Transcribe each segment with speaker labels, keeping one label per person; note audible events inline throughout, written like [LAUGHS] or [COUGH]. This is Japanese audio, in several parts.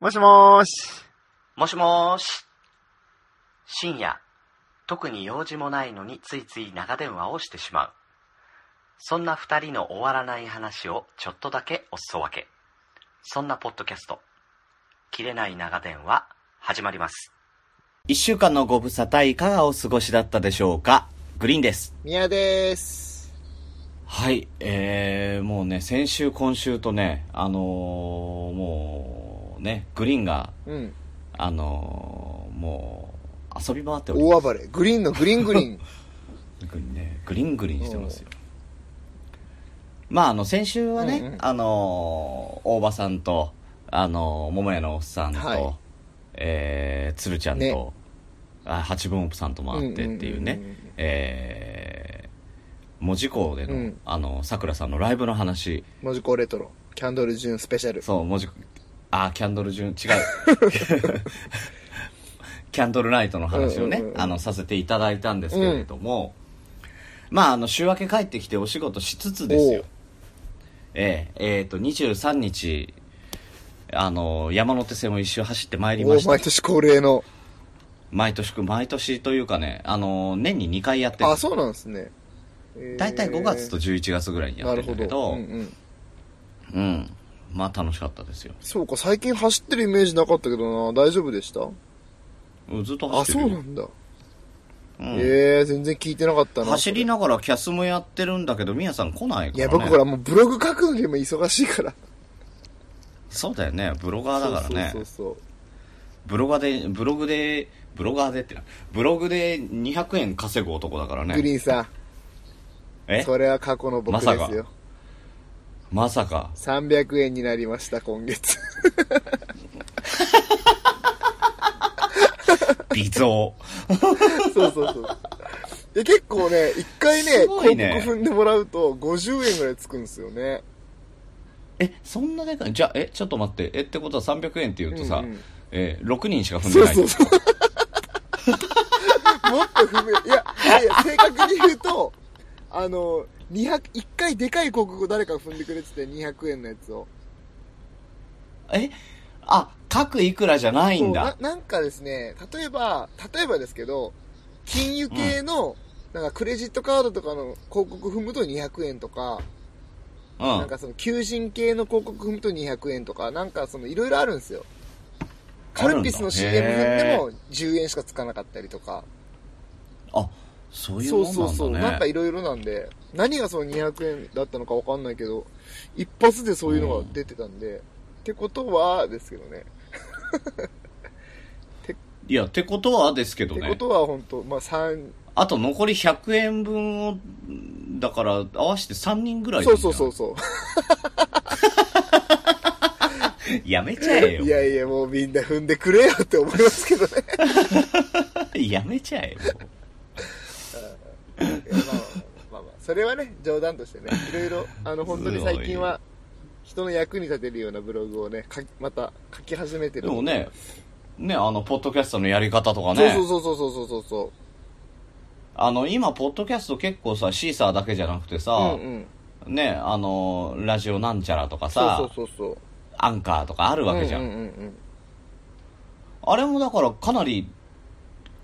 Speaker 1: もしもーし。
Speaker 2: もしもーし。深夜、特に用事もないのについつい長電話をしてしまう。そんな二人の終わらない話をちょっとだけおすそ分け。そんなポッドキャスト、切れない長電話、始まります。一週間のご無沙汰いかがお過ごしだったでしょうかグリーンです。
Speaker 1: 宮です。
Speaker 2: はい、えー、もうね、先週、今週とね、あのー、もう、ね、グリーンが、
Speaker 1: うん。
Speaker 2: あのー、もう、遊び回っております
Speaker 1: 大暴れ。グリーンのグリーングリ
Speaker 2: [LAUGHS]
Speaker 1: ーン。
Speaker 2: グリ,、ね、グリングリンしてますよまああの先週はね、
Speaker 1: うんうん
Speaker 2: あのー大場さんとあのー桃屋のおっさんと、
Speaker 1: はい
Speaker 2: えー鶴ちゃんと、
Speaker 1: ね
Speaker 2: あ八分音符さんとも会ってっていうね、
Speaker 1: うんうんうんうん
Speaker 2: えー門司港での、
Speaker 1: うん
Speaker 2: あのさくらさんのライブの話
Speaker 1: 文字工レトロ。キャンドルジュンスペシャル。
Speaker 2: そう門司あーキャンドル順違
Speaker 1: [LAUGHS]
Speaker 2: うキャンドルライトの話をね、
Speaker 1: うんうんうん
Speaker 2: あのさせていただいたんですけれども、まああの週明け帰ってきてお仕事しつつですよえええーと23日あの山手線を一周走ってまいり
Speaker 1: お
Speaker 2: ま
Speaker 1: お
Speaker 2: し
Speaker 1: 毎
Speaker 2: た
Speaker 1: 年恒例の。
Speaker 2: 毎年毎年というかねあの年に2回やってる
Speaker 1: あ、そうなんですね。えー
Speaker 2: 大体5月と11月ぐらいにやって
Speaker 1: なる
Speaker 2: るん
Speaker 1: ほ
Speaker 2: だけ
Speaker 1: ど
Speaker 2: ど
Speaker 1: うんうん。
Speaker 2: うんまあ楽しかったですよ
Speaker 1: そうか、最近走ってるイメージなかったけどな。大丈夫でした
Speaker 2: うんずっと
Speaker 1: あ、
Speaker 2: 走ってる
Speaker 1: そう
Speaker 2: よ
Speaker 1: なんだ。
Speaker 2: うん
Speaker 1: えー、全然聞いてなかったな。
Speaker 2: 走りながらキャスもやってるんだけど、みやさん来ないから、
Speaker 1: い
Speaker 2: ね。
Speaker 1: や、僕ほらもうブログ書くのにも忙しいから。
Speaker 2: そうだよね。ブロガーだからね。
Speaker 1: そうそうそう
Speaker 2: ブロガーで、ブログで、ブロガーでってな。ブログで200円稼ぐ男だから
Speaker 1: そう。グリ
Speaker 2: ね。
Speaker 1: ーンさん。
Speaker 2: え
Speaker 1: それは過去の僕
Speaker 2: ま
Speaker 1: です
Speaker 2: さか
Speaker 1: よ。
Speaker 2: まさか。
Speaker 1: 300円になりました、今月。
Speaker 2: 微増。 [LAUGHS]
Speaker 1: そうそうそう。で、結構ね、一回ね、
Speaker 2: すごいね
Speaker 1: 広告踏んでもらうと、50円ぐらいつくんですよね。
Speaker 2: え、そんなでかいじゃあ、え、ちょっと待って。え、ってことは300円って言うとさ、
Speaker 1: うんうん
Speaker 2: えー、6人しか踏んで
Speaker 1: そう
Speaker 2: ない。
Speaker 1: そうそう。もっと踏め、いや、いやいや、正確に言うと、あの、200、一回でかい広告誰か踏んでくれてて、200円のやつを。
Speaker 2: え、あ、各いくらじゃない
Speaker 1: そうんな
Speaker 2: だ。
Speaker 1: なんかですね、例えば、例えばですけど、金融系の、なんかクレジットカードとかの広告踏むと200円とか、
Speaker 2: う
Speaker 1: なん
Speaker 2: ん。
Speaker 1: かその求人系の広告踏むと200円とか、なんかそのいろいろあるんですよ。カルピスの CM 踏んでも10円しかつかなかったりとか。
Speaker 2: あ、そういう
Speaker 1: そう
Speaker 2: もん
Speaker 1: そうそう。
Speaker 2: なんだね。
Speaker 1: なんかいろいろなんで、何がその200円だったのかわかんないけど、一発でそういうのが出てたんで、ってことはですけどね。
Speaker 2: いや、ってことはですけど
Speaker 1: っ
Speaker 2: ね。
Speaker 1: てことは本当まあ3、
Speaker 2: あと残り100円分を、だから合わせて3人ぐらいでい
Speaker 1: そ
Speaker 2: いうな
Speaker 1: そうそうそう。
Speaker 2: [LAUGHS] やめちゃえよ。
Speaker 1: [LAUGHS] いやいや、もうみんな踏んでくれよって思いますけどね。
Speaker 2: [LAUGHS] やめちゃえよ。
Speaker 1: いやまあまあまあまあそれはね冗談としてねいろいろあの本当に最近は人の役に立てるようなブログをね書きまた書き始めて
Speaker 2: で
Speaker 1: る
Speaker 2: もね、ね、あの、ポッドキャストのやり方とか
Speaker 1: そう
Speaker 2: ね。
Speaker 1: そうそうそうそうそうそ
Speaker 2: あの、今、ポッドキャスト結構さ、シーサーだけじゃなくて
Speaker 1: う
Speaker 2: さ
Speaker 1: う、んうん
Speaker 2: ね、あの、ラジオなんちゃらとかさ、
Speaker 1: そうそうそうそう
Speaker 2: アンカーとかあるわけじゃん。
Speaker 1: うんうんうん
Speaker 2: あれもだからかなり、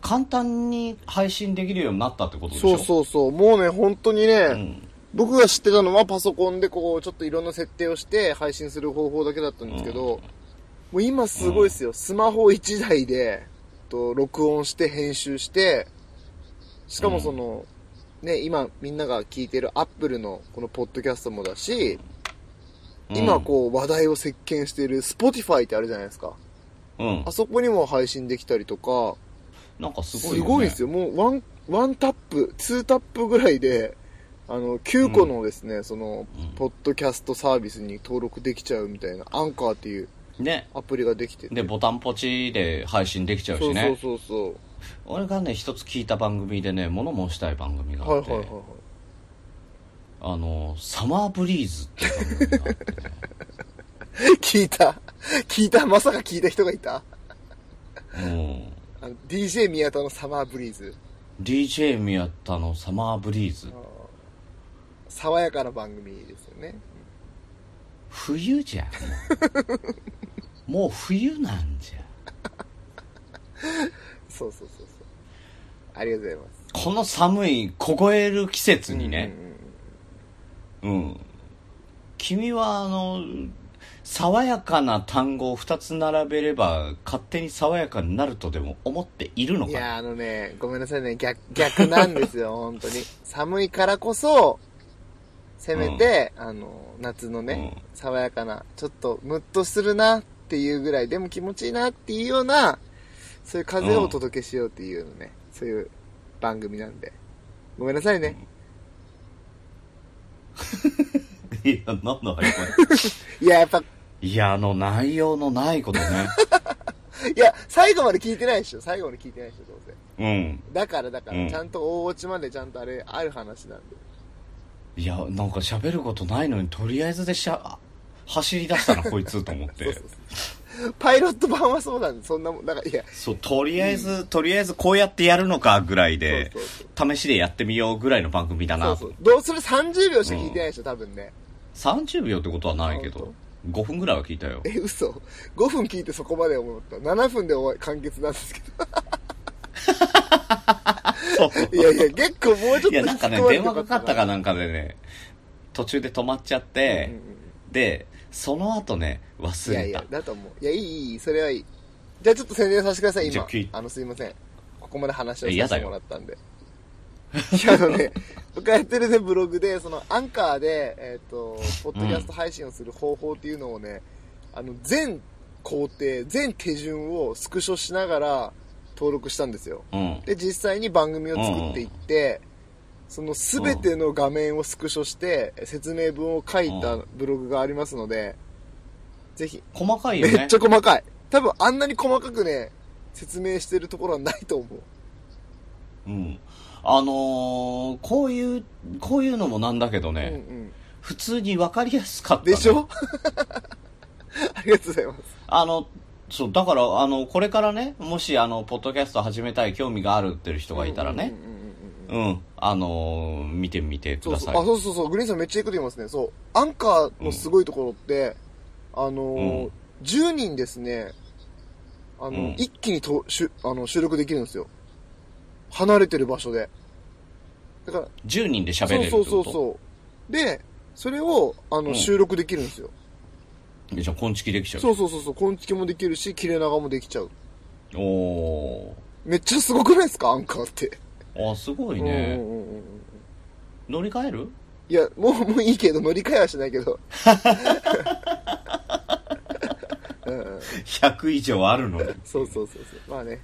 Speaker 2: 簡単に配信できるようになったってことでし
Speaker 1: そ
Speaker 2: ょ
Speaker 1: うそうそうもうね本当にね、
Speaker 2: ん
Speaker 1: 僕が知ってたのはパソコンでこうちょっといろんな設定をして配信する方法だけだったんですけど、もう今すごいですよ、スマホ1台でと録音して編集してしかもその、ね今みんなが聞いてるアップルのこのポッドキャストもだし、
Speaker 2: うん
Speaker 1: 今こう話題を席巻している Spotify ってあるじゃないですか
Speaker 2: うん
Speaker 1: あ。そこにも配信できたりとか
Speaker 2: なんかす
Speaker 1: す
Speaker 2: ご
Speaker 1: ご
Speaker 2: いよね。
Speaker 1: い,、ですよ。もうワン、ワンタップ、ツータップぐらいで、あの、9個のですね、その
Speaker 2: うん、
Speaker 1: ポッドキャストサービスに登録できちゃうみたいな、アンカーっていう
Speaker 2: ね。
Speaker 1: アプリができてて。
Speaker 2: で、ボタンポチで配信できちゃう
Speaker 1: そ
Speaker 2: し
Speaker 1: う
Speaker 2: ね。
Speaker 1: そうそうそう。
Speaker 2: 俺がね一つ聞いた番組でね物申したい番組が
Speaker 1: は
Speaker 2: あ
Speaker 1: い
Speaker 2: っ
Speaker 1: は
Speaker 2: て、
Speaker 1: いはいはい。
Speaker 2: あのサマーブリーズっていう番組があってね
Speaker 1: 聞いた。 [LAUGHS] 聞いた。まさか聞いた人がいた。
Speaker 2: うん
Speaker 1: あの DJ 宮田のサマーブリーズ。
Speaker 2: DJ 宮田のサマーブリーズ
Speaker 1: 爽 [LAUGHS] やかな番組ですよね。
Speaker 2: 冬じゃん
Speaker 3: もう冬なんじゃ。
Speaker 1: そうそうそうそう。ありがとうございます。
Speaker 3: この寒い、凍える季節にね、
Speaker 1: うんうんう
Speaker 3: う
Speaker 1: ん
Speaker 3: ん。君は、あの、爽やかな単語を2つ並べれば、勝手に爽やかになるとでも思っているの
Speaker 1: い
Speaker 3: か
Speaker 1: やーあのね、ごめんなさいね、逆、逆なんで
Speaker 3: [LAUGHS]
Speaker 1: すよ、本当に。寒いからこそ、せめて、あの、夏のね、
Speaker 3: うん
Speaker 1: 爽やかな、ちょっとムッとするなっていうぐらい、でも気持ちいいなっていうような、そういう風をお届けしようっていうのね、そういう番組なんで。ごめんなさいね。
Speaker 3: いや、なんだあれこ
Speaker 1: [LAUGHS] いや、やっぱ、
Speaker 3: れ。いや、あの、内容のないことね。
Speaker 1: いや、最後まで聞いてないでしょ、最後まで聞いてないでしょ、どうせ。
Speaker 3: うん。
Speaker 1: だから、だから、
Speaker 3: うん
Speaker 1: ちゃんと大落ちまでちゃんとあれ、ある話なんで。
Speaker 3: いや、なんか喋ることないのに、とりあえずでしゃ、あ走り出したな、こいつ、と思っ
Speaker 1: そう
Speaker 3: て
Speaker 1: そ。うそう。パイロット版はそうなんで、そんなもん、だから、いや、
Speaker 3: そう、とりあえず、とりあえずこうやってやるのか、ぐらいで
Speaker 1: そうそうそう。
Speaker 3: 試しでやってみようぐらいの番組だ
Speaker 1: そ
Speaker 3: な
Speaker 1: うそう。どうそれ30秒しか聞いてないでしょ、多分ね。
Speaker 3: 30秒ってことはないけど5
Speaker 1: 本
Speaker 3: 分ぐらいは聞いたよ
Speaker 1: え、嘘。5分聞いてそこまで思った。7分で終わり完結なんですけ
Speaker 3: そう
Speaker 1: ど。いやいや、結構もうちょっと
Speaker 3: いやなんかね
Speaker 1: 突っ込まれ
Speaker 3: 電
Speaker 1: て
Speaker 3: 話かかったか
Speaker 1: な。
Speaker 3: なんかでね途中で止まっちゃっ
Speaker 1: うんう
Speaker 3: て
Speaker 1: ん、
Speaker 3: でその後ね
Speaker 1: うん
Speaker 3: 忘
Speaker 1: いや
Speaker 3: れ
Speaker 1: いや
Speaker 3: た、
Speaker 1: だと思う。いや、いい、いい、それはいい。じゃあちょっと宣伝させてください、
Speaker 3: じゃ
Speaker 1: 今
Speaker 3: あ聞い。
Speaker 1: あの、すいません。ここまで話を
Speaker 3: え
Speaker 1: さ
Speaker 3: や
Speaker 1: せ
Speaker 3: だ
Speaker 1: て
Speaker 3: よ
Speaker 1: もらったんで。いや、あのね、僕がやってるね、ブログで、その、アンカーで、えっ、と、ポッドキャスト配信をする方法っていうのをね、あの、全工程、全手順をスクショしながら登録したんですよ。
Speaker 3: うん
Speaker 1: で、実際に番組を作っていって、そのすべての画面をスクショして、説明文を書いたブログがありますので、ぜひ、
Speaker 3: 細かいよ
Speaker 1: め
Speaker 3: ね
Speaker 1: っちゃ細かい。多分あんなに細かくね、説明してるところはないと思う。
Speaker 3: うんあのー、こういうこういうのもなんだけど
Speaker 1: うんう
Speaker 3: ね、
Speaker 1: ん。
Speaker 3: 普通に分かりやすかった、ね、
Speaker 1: でしょ、 [LAUGHS] ありがとうございます。
Speaker 3: あのそうだからあのこれからねもしあのポッドキャスト始めたい興味があるっていう人がいたらね
Speaker 1: うんうんうんうんうん。
Speaker 3: うん、あのー、見てみてく
Speaker 1: そう
Speaker 3: だ
Speaker 1: そ
Speaker 3: さ
Speaker 1: う。
Speaker 3: い
Speaker 1: あ、そうそうそう。グリーンさんめっちゃいいこと言いますね。そう。アンカーのすごいところって、あのー
Speaker 3: うん
Speaker 1: 10人ですね、あの、
Speaker 3: うん
Speaker 1: 一気にとしゅあの収録できるんですよ。離れてる場所で。だから、
Speaker 3: 10人で喋
Speaker 1: そ
Speaker 3: れ
Speaker 1: う
Speaker 3: るって
Speaker 1: そ
Speaker 3: こ
Speaker 1: う
Speaker 3: と
Speaker 1: そうそう。で、それを、あの、
Speaker 3: うん
Speaker 1: 収録できるんですよ。
Speaker 3: じゃあ、昆虫できちゃう。
Speaker 1: そうそうそうそう。根付もできるし、切れ長もできちゃう。
Speaker 3: お
Speaker 1: めっちゃすごくないですかアンカーって。
Speaker 3: ー。あ、すごい
Speaker 1: うん
Speaker 3: ね。
Speaker 1: うんうんうん。
Speaker 3: 乗り換える [LAUGHS]
Speaker 1: いや、もう、もういいけど、乗り換えはしないけど。 [LAUGHS] うんうん
Speaker 3: ?100 以上あるのに。
Speaker 1: [LAUGHS] そうそうそうそう。まあね。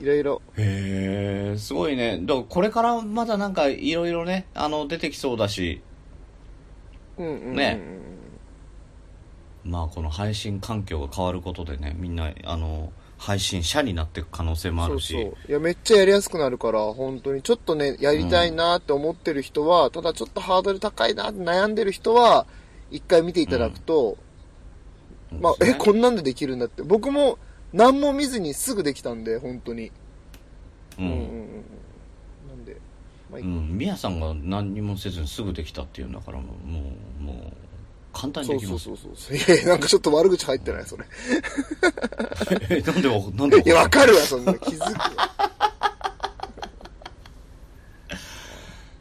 Speaker 1: いろいろ。
Speaker 3: へえ、すごいね。だからこれからまだなんかいろいろね、あの、出てきそうだし、
Speaker 1: うんうんうんうん。
Speaker 3: ねまあこの配信環境が変わることでね、みんな、あの、配信者になっていく可能性もあ
Speaker 1: そ
Speaker 3: る
Speaker 1: う
Speaker 3: し。
Speaker 1: そう。いや、めっちゃやりやすくなるから、本当に。ちょっとね、やりたいなって思ってる人は、ただちょっとハードル高いなって悩んでる人は、一回見ていただくと、
Speaker 3: うん
Speaker 1: まあ、え、こ
Speaker 3: ん、
Speaker 1: んなんでできるんだって。僕も、何も見ずにすぐできたんで、本当に。
Speaker 3: う
Speaker 1: うんうんう
Speaker 3: ん。
Speaker 1: んうん。なんで、まあ、
Speaker 3: うん。みやさんが何にもせずにすぐできたっていうんだから、もう、もう、もう簡単にで
Speaker 1: そう
Speaker 3: き
Speaker 1: そ
Speaker 3: ま
Speaker 1: う
Speaker 3: す
Speaker 1: そ
Speaker 3: よ。
Speaker 1: うそう。いやいや、なんかちょっと悪口入ってない、それ。
Speaker 3: え、 [LAUGHS] なんでわ、なんでわ
Speaker 1: いや、わかるわ、そんなの気づくわ。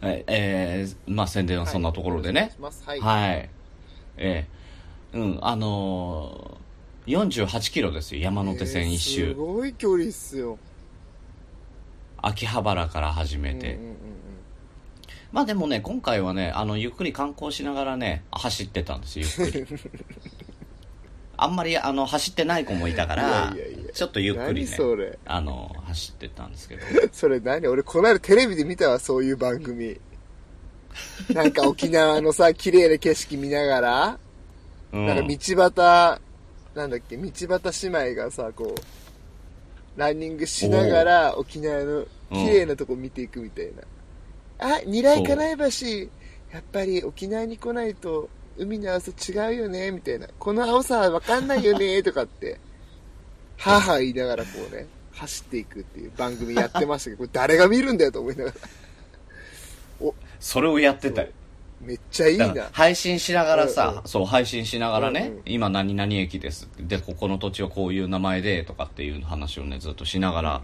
Speaker 3: はい、えー、まあ宣伝は [LAUGHS] そんなところでね。
Speaker 1: お願いしますはい。
Speaker 3: はい。ええうん、あのー、48キロですよ、山手線一
Speaker 1: えー
Speaker 3: 周。
Speaker 1: すごい距離っすよ。
Speaker 3: 秋葉原から始めて。
Speaker 1: うんうんうん
Speaker 3: まあでもね、今回はね、あの、ゆっくり観光しながらね、走ってたんですよ、ゆっ
Speaker 1: [LAUGHS]
Speaker 3: くり。あんまり、あの、走ってない子もいたから、
Speaker 1: いやいやいや
Speaker 3: ちょっとゆっくりね、
Speaker 1: 何それ [LAUGHS]
Speaker 3: あの、走ってたんですけど。
Speaker 1: それ何俺この間テレビで見たわそういう
Speaker 3: [LAUGHS]
Speaker 1: 番組なんか沖縄のさ綺麗な景色見ながら、
Speaker 3: うん、
Speaker 1: なんか道端なんだっけ道端姉妹がさこうランニングしながら沖縄の綺麗なとこ見ていくみたいな、あ二来金井橋やっぱり沖縄に来ないと海の青さ違うよねみたいなこの青さは分かんないよねとかって [LAUGHS] はぁはぁ言いながらこうね走っていくっていう番組やってましたけどこれ誰が見るんだよと思いながら
Speaker 3: それをやってたよ。
Speaker 1: めっちゃいい
Speaker 3: だ
Speaker 1: な。
Speaker 3: から配信しながらさ、
Speaker 1: うんう
Speaker 3: そう、配信しながらね、
Speaker 1: うんうん
Speaker 3: 今何々駅です。で、ここの土地はこういう名前で、とかっていう話をね、ずっとしながら、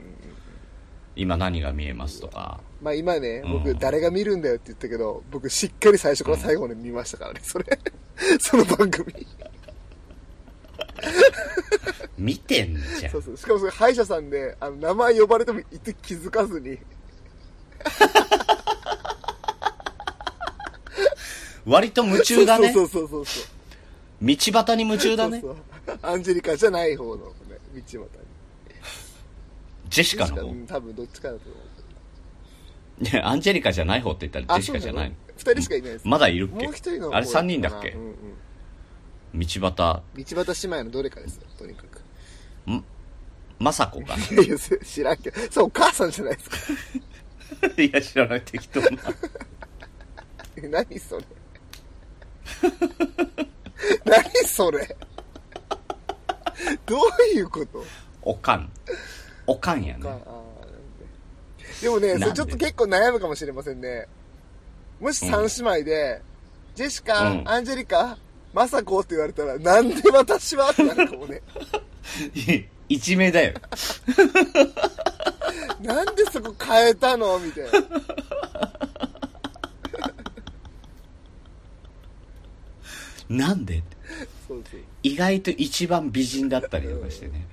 Speaker 3: 今何が見えますとか、
Speaker 1: まあ今ね、
Speaker 3: う
Speaker 1: 僕
Speaker 3: ん
Speaker 1: 誰が見るんだよって言ったけど、僕しっかり最初から最後まで見ましたからね、
Speaker 3: [LAUGHS]
Speaker 1: それ。その番組。
Speaker 3: 見てんじゃん
Speaker 1: そう。そう。しかもそれ歯医者さんで、あの、名前呼ばれても一滴気づかずに、
Speaker 3: 割と夢中だね。
Speaker 1: そうそうそうそうそう。
Speaker 3: 道端に夢中だね。
Speaker 1: そうそうアンジェリカじゃない方の、ね、道端に。
Speaker 3: ジェシカの
Speaker 1: う
Speaker 3: 方。
Speaker 1: ん多分どっちかだと思う。
Speaker 3: いやアンジェリカじゃない方って言ったらジェシカじゃないの。
Speaker 1: そうの二人しかいないです。
Speaker 3: まだいるっ
Speaker 1: もう
Speaker 3: け
Speaker 1: 一人の方
Speaker 3: あれ三人だっけ
Speaker 1: うんうん。
Speaker 3: 道端、
Speaker 1: 道端姉妹のどれかですよ、とにかく。
Speaker 3: 雅子かな。
Speaker 1: いやそ知らんけど。そう、お母さんじゃないですか。 [LAUGHS]
Speaker 3: いや、知らない適当な。
Speaker 1: え何それ。 [LAUGHS] 何それ。どういうこと
Speaker 3: おかん。おかんや
Speaker 1: か、あ
Speaker 3: ね。
Speaker 1: ーなんででもね、
Speaker 3: な
Speaker 1: そ
Speaker 3: ん
Speaker 1: れ
Speaker 3: で
Speaker 1: ちょっと結構悩むかもしれませんね。もし三姉妹で、ジェシカ、
Speaker 3: うん
Speaker 1: アンジェリカ、マサコって言われたら、なんで私はってなるか
Speaker 3: [LAUGHS]
Speaker 1: もね。
Speaker 3: 一名だよ。
Speaker 1: なんでそこ変えたのみたいな。
Speaker 3: なんで
Speaker 1: そうそう。
Speaker 3: 意外と一番美人だったりとかしてね。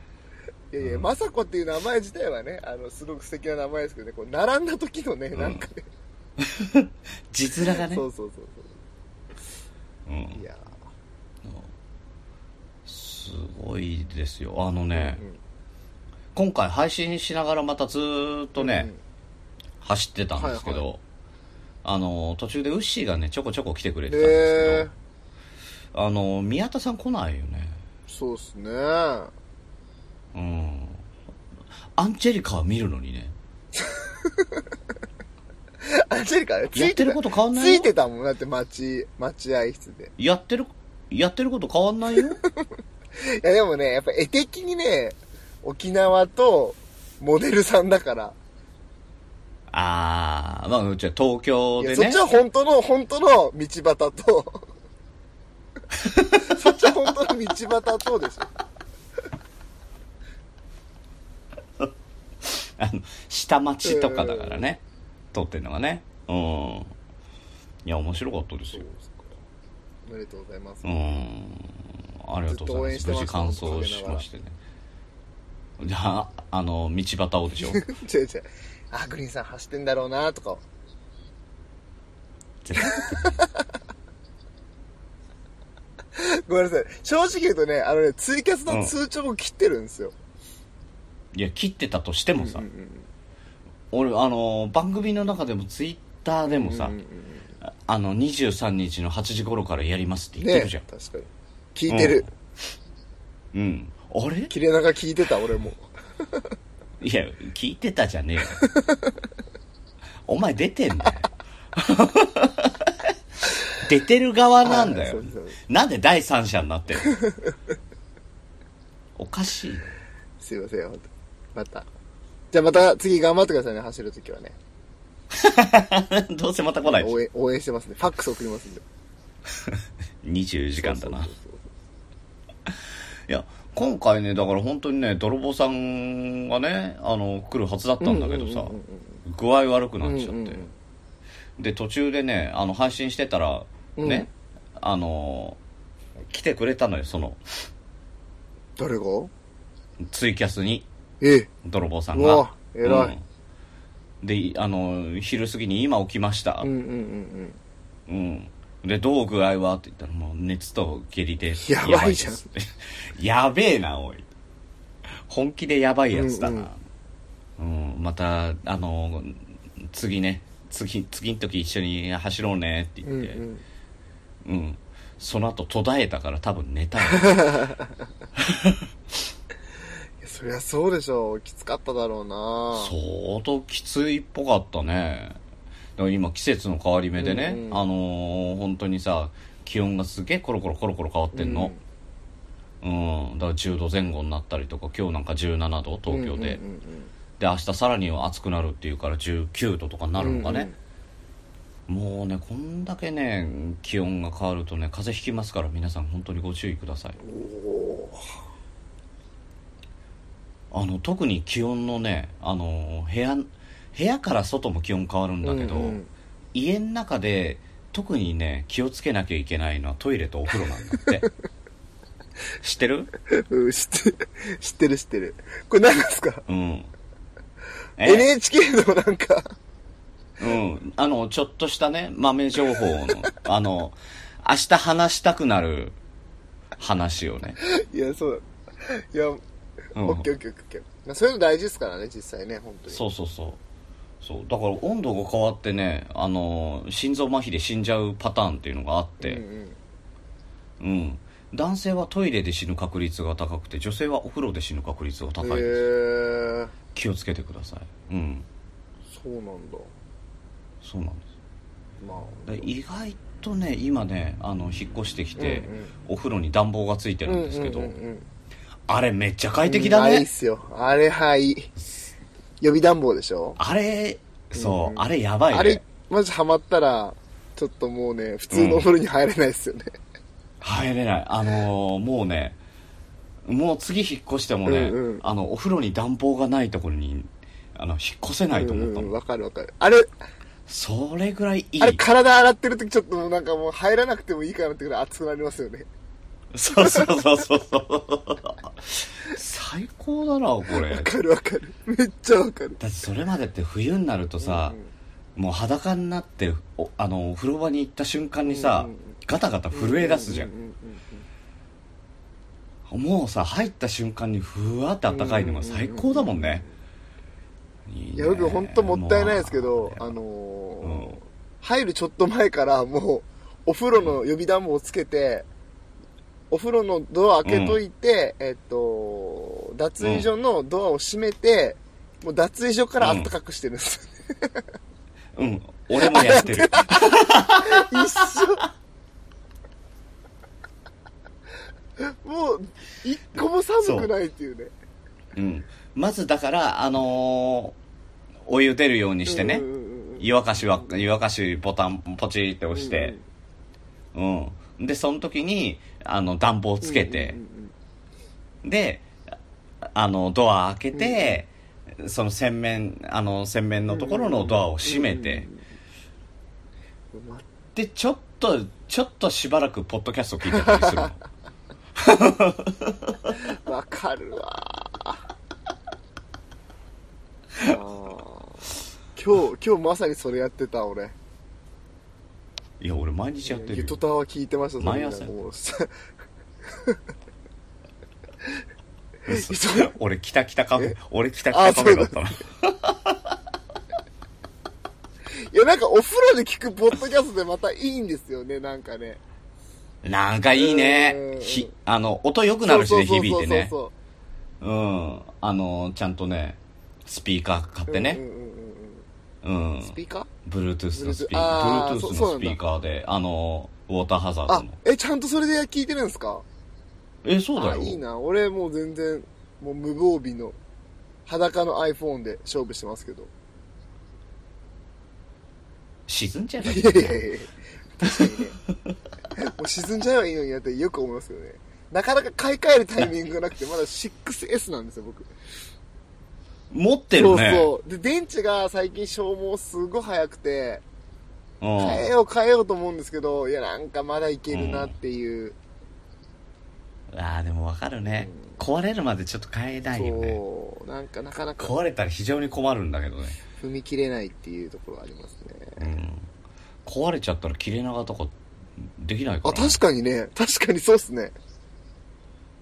Speaker 1: いやいや、まさこっていう名前自体はね、あの、すごく素敵な名前ですけどね、こう、並んだ時のね、なんかね、
Speaker 3: 字面がね
Speaker 1: そ。うそうそう
Speaker 3: う
Speaker 1: そう。い
Speaker 3: ん。
Speaker 1: や
Speaker 3: すごいですよ。あのね
Speaker 1: うん、
Speaker 3: 今回配信しながらまたずーっとね、走ってたんですけ
Speaker 1: はい
Speaker 3: ど、あの、途中でウッシーがね、ちょこちょこ来てくれ
Speaker 1: ー、
Speaker 3: てたんですけ
Speaker 1: で
Speaker 3: ど、、あの、宮田さん来ないよね。
Speaker 1: そうっす [LAUGHS] ね。ア
Speaker 3: うん。アンジェリカは見るのにね。
Speaker 1: ンジェリカね、つ
Speaker 3: やって
Speaker 1: いて
Speaker 3: る
Speaker 1: た。
Speaker 3: こと変わんない
Speaker 1: つ
Speaker 3: よ
Speaker 1: いてたもん、だって待待合室で。
Speaker 3: やってる、やってること変わんないよ。
Speaker 1: いや、でもね、やっぱ絵的にね、沖縄と、モデルさんだから。
Speaker 3: ああ、まあ、じゃあ東京
Speaker 1: いや、
Speaker 3: で
Speaker 1: そっ
Speaker 3: ね
Speaker 1: ち。は本当の、本当の道端
Speaker 3: [LAUGHS]
Speaker 1: と、そっちは本当の道端とでしょ。
Speaker 3: あの、下町とかだからね。撮ってんのがね。うん。いや、面白かったですよ。
Speaker 1: おめでとうございます。
Speaker 3: うん。ありがとうございま
Speaker 1: ずっ
Speaker 3: す。
Speaker 1: と
Speaker 3: 無事
Speaker 1: 応援してま
Speaker 3: 完
Speaker 1: した
Speaker 3: 走しましてね。じゃあ、あの、道端をで
Speaker 1: [LAUGHS]
Speaker 3: しょ。
Speaker 1: 違う違う。あ、グリーンさん走ってんだろうな、とか。
Speaker 3: 絶対
Speaker 1: ごめんなさい。正直言うとね、あのね、ツイキャスの通帳も切ってるんですよ。
Speaker 3: いや、切ってたとしてもさ
Speaker 1: うんう、ん
Speaker 3: 俺、あの、番組の中でもツイッターでも
Speaker 1: うん
Speaker 3: さ、
Speaker 1: うんうん
Speaker 3: あの、23日の8時頃からやりますって言って
Speaker 1: ね
Speaker 3: るじゃん。
Speaker 1: 確かに。聞いてる。
Speaker 3: うん。あれ
Speaker 1: 切れ長聞いてた、俺も。
Speaker 3: いや、聞いてたじゃねえ
Speaker 1: [LAUGHS]
Speaker 3: よ。お前出てんだよ。出てる側なんだ
Speaker 1: あ
Speaker 3: よ
Speaker 1: そうそう。
Speaker 3: なんで第三者になってるのおかしいよ。 [LAUGHS]
Speaker 1: すいません、本当また。じゃあまた次頑張ってくださいね、走るときはね。
Speaker 3: どうせまた来ないでしょ
Speaker 1: 応援、応援してますね。ファックス送りますんで。
Speaker 3: 20時間だな。
Speaker 1: そう
Speaker 3: い
Speaker 1: そうそうそう
Speaker 3: や、今回ね、だから本当にね、泥棒さんがね、あの、来るはずだったんだけどさ、具合悪くなっちゃって。
Speaker 1: うんうんうん
Speaker 3: で、途中でね、あの、配信してたら、ね、あの、来てくれたのよ、その、
Speaker 1: 誰が
Speaker 3: ツイキャスに
Speaker 1: え
Speaker 3: 泥棒さ
Speaker 1: え。
Speaker 3: ん
Speaker 1: う
Speaker 3: が
Speaker 1: わ、偉い。
Speaker 3: うんでいあの昼過ぎに「今起きました
Speaker 1: うんうんうんうん。
Speaker 3: うんでどう具合は?」って言ったら「もう熱と下痢で
Speaker 1: やばいじゃん
Speaker 3: やばいです」 [LAUGHS] やべえなおい本気でやばいやつだなうん、またあの次ね次次の時一緒に走ろうねって
Speaker 1: う
Speaker 3: 言
Speaker 1: ん
Speaker 3: っ
Speaker 1: う
Speaker 3: て、
Speaker 1: ん。
Speaker 3: うん、その後途絶えたから多分寝た
Speaker 1: [LAUGHS]
Speaker 3: よ
Speaker 1: いやそりゃそうでしょう。きつかっただろうな
Speaker 3: 相当きついっぽかったねだから今季節の変わり目でね、
Speaker 1: うんうん
Speaker 3: あのー本当にさ気温がすげえコロコロコロコロ変わってんのうん、だから10度前後になったりとか今日なんか17度東京で、
Speaker 1: うんうんうんうん
Speaker 3: で明日さらに暑くなるっていうから19度とかになるのかね、もうねこんだけね気温が変わるとね風邪ひきますから皆さん本当にご注意くださいあの特に気温のねあの部屋部屋から外も気温変わるんだけど、
Speaker 1: うんうん
Speaker 3: 家の中で特にね気をつけなきゃいけないのはトイレとお風呂なんだって
Speaker 1: [LAUGHS]
Speaker 3: 知ってる
Speaker 1: うん [LAUGHS] 知ってる、知ってる、知ってる。これ何ですか
Speaker 3: うん
Speaker 1: ?NHK のなんか、
Speaker 3: うん、あの、ちょっとしたね、豆情報の、 [LAUGHS] あの、明日話したくなる話をね。
Speaker 1: いや、そうだ。いや、
Speaker 3: うん
Speaker 1: オッケーオッケーオッケーオッケーまあ。そういうの大事ですからね、実際ね、本当に。
Speaker 3: そうそうそう。そう。だから温度が変わってね、あの、心臓麻痺で死んじゃうパターンっていうのがあっ
Speaker 1: うん
Speaker 3: て、
Speaker 1: うん。
Speaker 3: うん、男性はトイレで死ぬ確率が高くて、女性はお風呂で死ぬ確率が
Speaker 1: へえ
Speaker 3: 高いです。
Speaker 1: ー、
Speaker 3: 気をつけてください。うん。
Speaker 1: そうなんだ。
Speaker 3: そうなんです。
Speaker 1: まあ。
Speaker 3: で意外とね、今ね、あの、引っ越してきて、
Speaker 1: うんうん
Speaker 3: お風呂に暖房がついてるんですけど、
Speaker 1: うんうんうんうん
Speaker 3: あれめっちゃ快適だね。
Speaker 1: うんあれいいっすよ。あれはいい。予備暖房でしょ
Speaker 3: あれ、そう、
Speaker 1: うん
Speaker 3: あれやばいね。
Speaker 1: あれ、マジハマったら、ちょっともうね、普通のお風呂に入れないですよね。
Speaker 3: 入れない。あのーもうね、もう次引っ越してもね、
Speaker 1: うんうん
Speaker 3: あの、お風呂に暖房がないところに、あの、引っ越せないと思ったの。
Speaker 1: うんうんわかるわかる。あれ、
Speaker 3: それぐらいいい
Speaker 1: あ。れ体洗ってる時ちょっともうなんかもう入らなくてもいいかなってぐらい熱くなりますよね。
Speaker 3: そうそうそうそう。最高だな、これ。
Speaker 1: わ
Speaker 3: だっ
Speaker 1: かるわかる。めっちゃわかる。
Speaker 3: てそれまでって冬になるとさ、もう裸になって、おあの、お風呂場に行った瞬間にさ、
Speaker 1: うんうん
Speaker 3: ガタガタ震え出すじゃん
Speaker 1: う。ううう
Speaker 3: もうさ、入った瞬間にふわって暖かいのが最高だもんね。い
Speaker 1: うん。いや、僕ほんともったいないですけど、あ
Speaker 3: の、
Speaker 1: の
Speaker 3: う
Speaker 1: ー
Speaker 3: ん
Speaker 1: 入るちょっと前からもう、お風呂の予備暖房をつけて、お風呂のドア開けといて、えっと、脱衣所のドアを閉めて、もう脱衣所から暖かくしてるんです。
Speaker 3: うん、俺もや
Speaker 1: [LAUGHS]
Speaker 3: ってる。
Speaker 1: 一緒もう一個も寒くないっていうね
Speaker 3: うん。まずだから、あのーお湯出るようにしてね
Speaker 1: うん、うんうん
Speaker 3: 湯沸かしは、湯沸かしボタンポチって押して、うん、で、その時に、あの、暖房つけて、
Speaker 1: うんうん
Speaker 3: で、あの、ドア開けて、その洗面、あの、洗面のところのドアを閉めて、
Speaker 1: うんうんうん
Speaker 3: でちょっとちょっとしばらくポッドキャスト聞いてたりす
Speaker 1: [LAUGHS]
Speaker 3: るの
Speaker 1: わわかるわあー今日今日まさにそれやってた俺
Speaker 3: いや俺毎日やってる
Speaker 1: ゆと
Speaker 3: よ
Speaker 1: たわ聞いてました
Speaker 3: 毎朝
Speaker 1: もう
Speaker 3: 嘘
Speaker 1: [LAUGHS]
Speaker 3: [LAUGHS] 俺キタキタカフェ俺キタキ
Speaker 1: あ
Speaker 3: タカフェだったない
Speaker 1: やなんかお風呂で聞くポッドキャストでまたいいんですよねなんかね
Speaker 3: [LAUGHS] なんかいいね
Speaker 1: うん
Speaker 3: ひあの音良くなるしね
Speaker 1: そうそう
Speaker 3: 響いてね
Speaker 1: そうそう
Speaker 3: うんあのちゃんとねスピーカー買っ
Speaker 1: そう
Speaker 3: て
Speaker 1: うん
Speaker 3: ね
Speaker 1: うんうんうんうん
Speaker 3: うん
Speaker 1: スピーカー
Speaker 3: Bluetooth のスピー
Speaker 1: あ
Speaker 3: カ
Speaker 1: ー
Speaker 3: ー Bluetooth
Speaker 1: そそう
Speaker 3: の
Speaker 1: な
Speaker 3: ス
Speaker 1: ん
Speaker 3: ピ
Speaker 1: だ
Speaker 3: ーカーであのウォーターハザー
Speaker 1: あ
Speaker 3: ドの、
Speaker 1: え、ちゃんとそれで聞いてるんですか
Speaker 3: えそうだ
Speaker 1: あいい
Speaker 3: よ
Speaker 1: な。俺もう全然、もう無防備の、裸の iPhone で勝負してますけど。
Speaker 3: 沈んじゃえばいい
Speaker 1: いやい [LAUGHS] やいや確かにね。もう沈んじゃえばいいのになってよく思いますけどね。なかなか買い替えるタイミングがなくて、まだ 6S なんですよ、僕。
Speaker 3: 持ってるね
Speaker 1: そうそう。で、電池が最近消耗すごい早くて、
Speaker 3: うん
Speaker 1: 変えよう変えようと思うんですけど、いや、なんかまだいけるなっていう。
Speaker 3: ああでもわかるね、壊れるまでちょっと変えないよね
Speaker 1: そう。なんかなかなか
Speaker 3: 壊れたら非常に困るんだけどね、
Speaker 1: 踏み切れないっていうところがありますね。
Speaker 3: うん、壊れちゃったら切れ長とかできないか
Speaker 1: あ、
Speaker 3: ら
Speaker 1: 確かにね。確かにそうっすね。
Speaker 3: う
Speaker 1: あ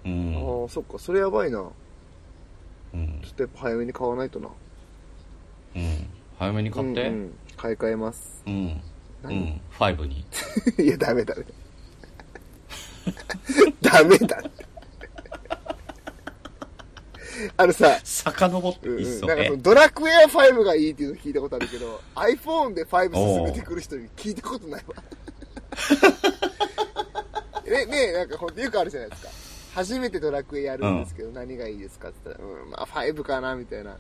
Speaker 1: あ
Speaker 3: ん、
Speaker 1: ー、そっか。それやばいな。
Speaker 3: うん
Speaker 1: ちょっとやっぱ早めに買わないとな。
Speaker 3: うん、早めに買ってう
Speaker 1: う
Speaker 3: ん、
Speaker 1: うんん、買い替えます。
Speaker 3: うん
Speaker 1: 何
Speaker 3: 5に [LAUGHS]
Speaker 1: いや、ダメダメ。 [LAUGHS] ダメだって。あのさ、
Speaker 3: 遡って
Speaker 1: うんうん
Speaker 3: いっそ
Speaker 1: なんか
Speaker 3: ね
Speaker 1: そのドラクエア5がいいっていうの聞いたことあるけど、iPhone で5進めてくる人に聞いたことないわ。 [LAUGHS] ね、ねなんかほんとよくあるじゃないですか。初めてドラクエやるんですけど、何がいいですかって言ったら、うん、まあ5かな、みたいな。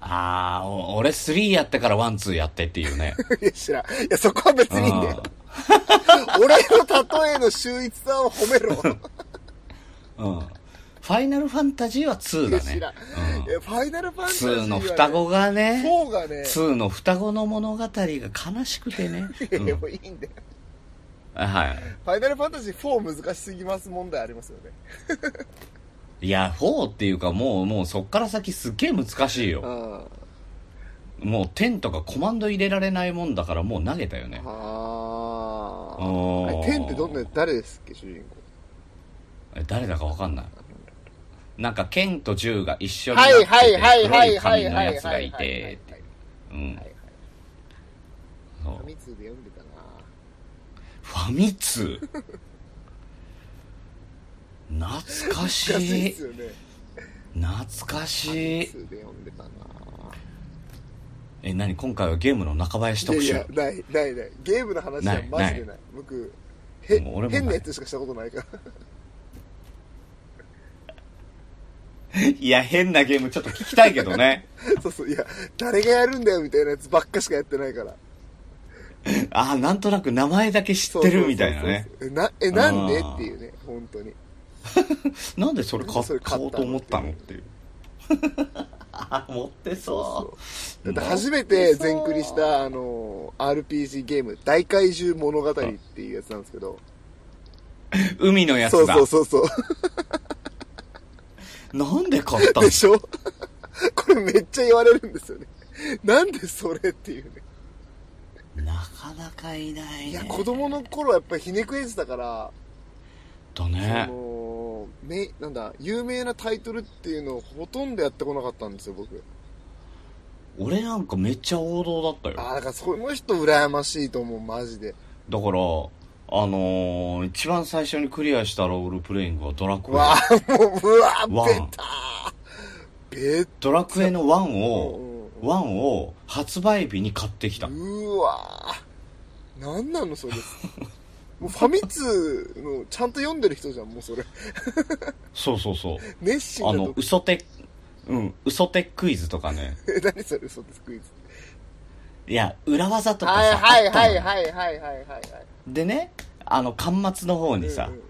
Speaker 3: ああ、お俺3やってから1、2やってっていうね。
Speaker 1: いや、知らん。いや、そこは別にいいんだよ。俺の例えの秀逸さを褒めろ。
Speaker 3: うん。ファイナルファンタジーは2
Speaker 1: い
Speaker 3: だ
Speaker 1: や、
Speaker 3: ね
Speaker 1: 知らん。。いや、ファイナルファンタジーはね、
Speaker 3: 2の双子がね、
Speaker 1: そうがね、
Speaker 3: 2の双子の物語が悲しくてね。う
Speaker 1: いや、
Speaker 3: ん
Speaker 1: もういいんだよ。
Speaker 3: は
Speaker 1: ファイナルファンタジー4難しすぎます問題ありますよね。
Speaker 3: い。いや、4っていうかもう、もうそっから先すっげえ難しいよ。
Speaker 1: あ
Speaker 3: もう10とかコマンド入れられないもんだからもう投げたよね。
Speaker 1: あ
Speaker 3: おー
Speaker 1: ー。天ってどんな、誰ですっけ、主人公。
Speaker 3: え誰だかわかんないなんか剣と銃が一緒になっ
Speaker 1: は
Speaker 3: て
Speaker 1: い
Speaker 3: て
Speaker 1: はいはいは
Speaker 3: 黒い
Speaker 1: いはい
Speaker 3: 髪
Speaker 1: は
Speaker 3: の
Speaker 1: い
Speaker 3: やつ
Speaker 1: は
Speaker 3: が
Speaker 1: い
Speaker 3: い
Speaker 1: はいはい
Speaker 3: てうん
Speaker 1: はい
Speaker 3: そ
Speaker 1: ファ
Speaker 3: う
Speaker 1: ミ通で読んでたな
Speaker 3: ファミ通 [LAUGHS] 懐かし
Speaker 1: 懐かしい
Speaker 3: い
Speaker 1: っすよね
Speaker 3: 懐か
Speaker 1: ファ
Speaker 3: し
Speaker 1: ミ
Speaker 3: い
Speaker 1: 通で読んでたな
Speaker 3: え何今回はゲームの中林特
Speaker 1: い
Speaker 3: 集
Speaker 1: やいやないないないゲームの話は
Speaker 3: ない
Speaker 1: マジでない僕へ
Speaker 3: もう俺もない
Speaker 1: 変なやつしかしたことないから
Speaker 3: いや変なゲームちょっと聞きたいけど
Speaker 1: [LAUGHS]
Speaker 3: ね
Speaker 1: そうそういや誰がやるんだよみたいなやつばっかしかやってないから
Speaker 3: ああなんとなく名前だけ知
Speaker 1: そ
Speaker 3: っ
Speaker 1: うそう
Speaker 3: て
Speaker 1: そ
Speaker 3: る
Speaker 1: うそう
Speaker 3: みたいなね
Speaker 1: えなえなんで
Speaker 3: あー
Speaker 1: っていうね本当に
Speaker 3: なんでそれ買
Speaker 1: それ
Speaker 3: 買
Speaker 1: 買っ
Speaker 3: おう
Speaker 1: た
Speaker 3: と
Speaker 1: の
Speaker 3: 思ったのっていうあ [LAUGHS] 持ってそう
Speaker 1: だって初めて全クリしたあの RPG ゲーム「大怪獣物語」っていうやつなんですけど
Speaker 3: 海のやつ
Speaker 1: そう
Speaker 3: だ
Speaker 1: そうそうそう [LAUGHS]
Speaker 3: なんで買ったの
Speaker 1: でしょ [LAUGHS] これめっちゃ言われるんですよね。なんでそれっていうね。
Speaker 3: [LAUGHS] なかなかいない、ね、
Speaker 1: いや、子供の頃はやっぱりひねくれてたから、
Speaker 3: だ
Speaker 1: そ
Speaker 3: ね
Speaker 1: の、め、なんだ、有名なタイトルっていうのをほとんどやってこなかったんですよ、僕。
Speaker 3: 俺なんかめっちゃ王道だったよだ
Speaker 1: あ
Speaker 3: か
Speaker 1: あ、だからその人羨ましいと思う、マジで。
Speaker 3: らあのー、一番最初にクリアしたロールプレイングはドラクエ
Speaker 1: わあ、もう、うわあ、
Speaker 3: わあ
Speaker 1: ベターベ
Speaker 3: ドラクエの1を
Speaker 1: タ
Speaker 3: 1を発売日に買ってきた
Speaker 1: うわあ。なんなの、
Speaker 3: [LAUGHS]
Speaker 1: それ。もうファミ通の、ちゃんと読んでる人じゃん、もうそれ。
Speaker 3: そうそうそう
Speaker 1: 熱心
Speaker 3: あ
Speaker 1: だ
Speaker 3: の
Speaker 1: と。
Speaker 3: 嘘テうん嘘テクイズとかね
Speaker 1: え、何それ、嘘です、クイズ。
Speaker 3: いや裏技とか
Speaker 1: はい
Speaker 3: さ
Speaker 1: はいは
Speaker 3: あっ
Speaker 1: い
Speaker 3: たの
Speaker 1: はいはいはいはいはい。
Speaker 3: でねあの端末の方にさ、
Speaker 1: うんうんうん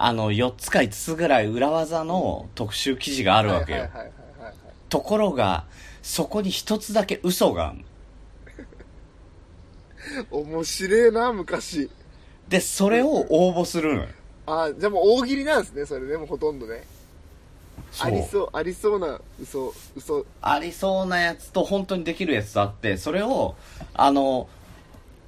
Speaker 3: あの4つか5つぐらい裏技の特集記事があるわけよ、
Speaker 1: はいはいはいはいはい
Speaker 3: ところがそこに一つだけ嘘がある
Speaker 1: はい。面白いな、昔。
Speaker 3: でそれを応募するのよ
Speaker 1: あ、じゃあもう大喜利なんですね、それね、もうほとんどね。ありそう、ありそうな嘘、嘘。
Speaker 3: ありそうなやつと本当にできるやつとあってそれをあの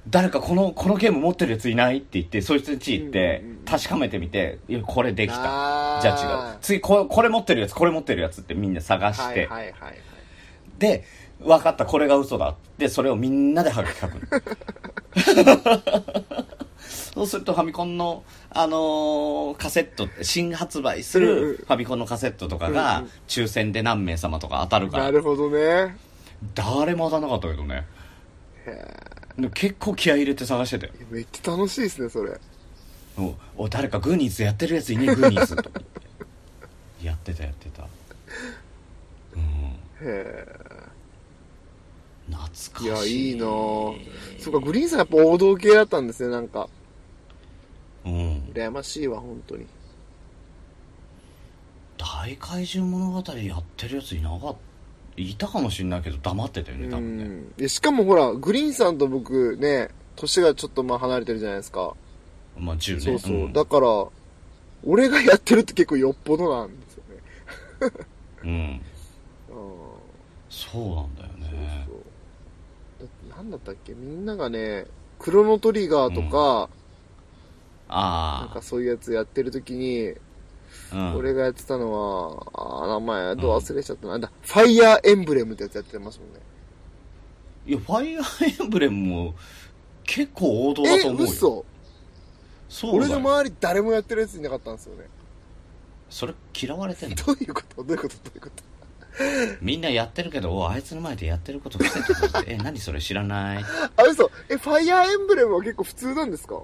Speaker 3: 誰かこのこのゲーム持ってるやついないって言ってそいつんち行って
Speaker 1: うんうんうん
Speaker 3: 確かめてみていやこれできた
Speaker 1: あー
Speaker 3: じゃあ違う次ここれ持ってるやつこれ持ってるやつってみんな探して、
Speaker 1: はいはいはいはい。
Speaker 3: で分かったこれが嘘だでそれをみんなでハガキ書く
Speaker 1: [LAUGHS]
Speaker 3: のそうするとファミコンの、あのーカセット新発売す
Speaker 1: うんう
Speaker 3: る
Speaker 1: ん
Speaker 3: ファミコンのカセットとか
Speaker 1: うん
Speaker 3: が
Speaker 1: うん
Speaker 3: 抽選で何名様とか当たるか
Speaker 1: な
Speaker 3: ら
Speaker 1: るほどね。
Speaker 3: 誰も当たらなかったけどね
Speaker 1: へ
Speaker 3: でも結構気合い入れて探してたよ
Speaker 1: ーめっちゃ楽しいですね、それ。
Speaker 3: おお誰かグーニーズやってるやついねえグーニーズとか言ってやってたやってたうん
Speaker 1: へ
Speaker 3: 懐
Speaker 1: ーいや、
Speaker 3: かしい
Speaker 1: いいなぁそっか、グリーンさんやっぱ王道系だったんですね、なんか。
Speaker 3: うん
Speaker 1: 羨ましいわ、本当に。
Speaker 3: 大怪獣物語やってるやついなかったいたかもしんないけど黙ってたよね多
Speaker 1: う
Speaker 3: 分ね、
Speaker 1: んでしかもほら、グリーンさんと僕ね、年がちょっとまあ離れてるじゃないですか。
Speaker 3: まあ10ね
Speaker 1: そうそう。
Speaker 3: ん
Speaker 1: だから、俺がやってるって結構よっぽどなんですよね。
Speaker 3: うん
Speaker 1: うん。
Speaker 3: そうなんだよ
Speaker 1: そう
Speaker 3: ね
Speaker 1: そう。だってなんだったっけみんながね、クロノトリガーとか、なん
Speaker 3: あ
Speaker 1: かそういうやつやってる時に、
Speaker 3: あ、うん、
Speaker 1: 俺がやってたのは、あー名前、どう忘れちゃったな。だ、ファイヤーエンブレムってやつやってますもんね。
Speaker 3: いやファイアーエンブレムも結構王道だ
Speaker 1: え
Speaker 3: と、思うよ
Speaker 1: 嘘
Speaker 3: そう
Speaker 1: 俺
Speaker 3: だ
Speaker 1: の
Speaker 3: よ
Speaker 1: 周り誰もやってるやついなかったんですよね。
Speaker 3: それ嫌われてんの [LAUGHS]
Speaker 1: どういうことどういうことどういうこと
Speaker 3: みんなやってるけどおあいつの前でやってること伏せてるってえ何それ知らない
Speaker 1: あ、嘘。え、ファイヤーエンブレムは結構普通なんですか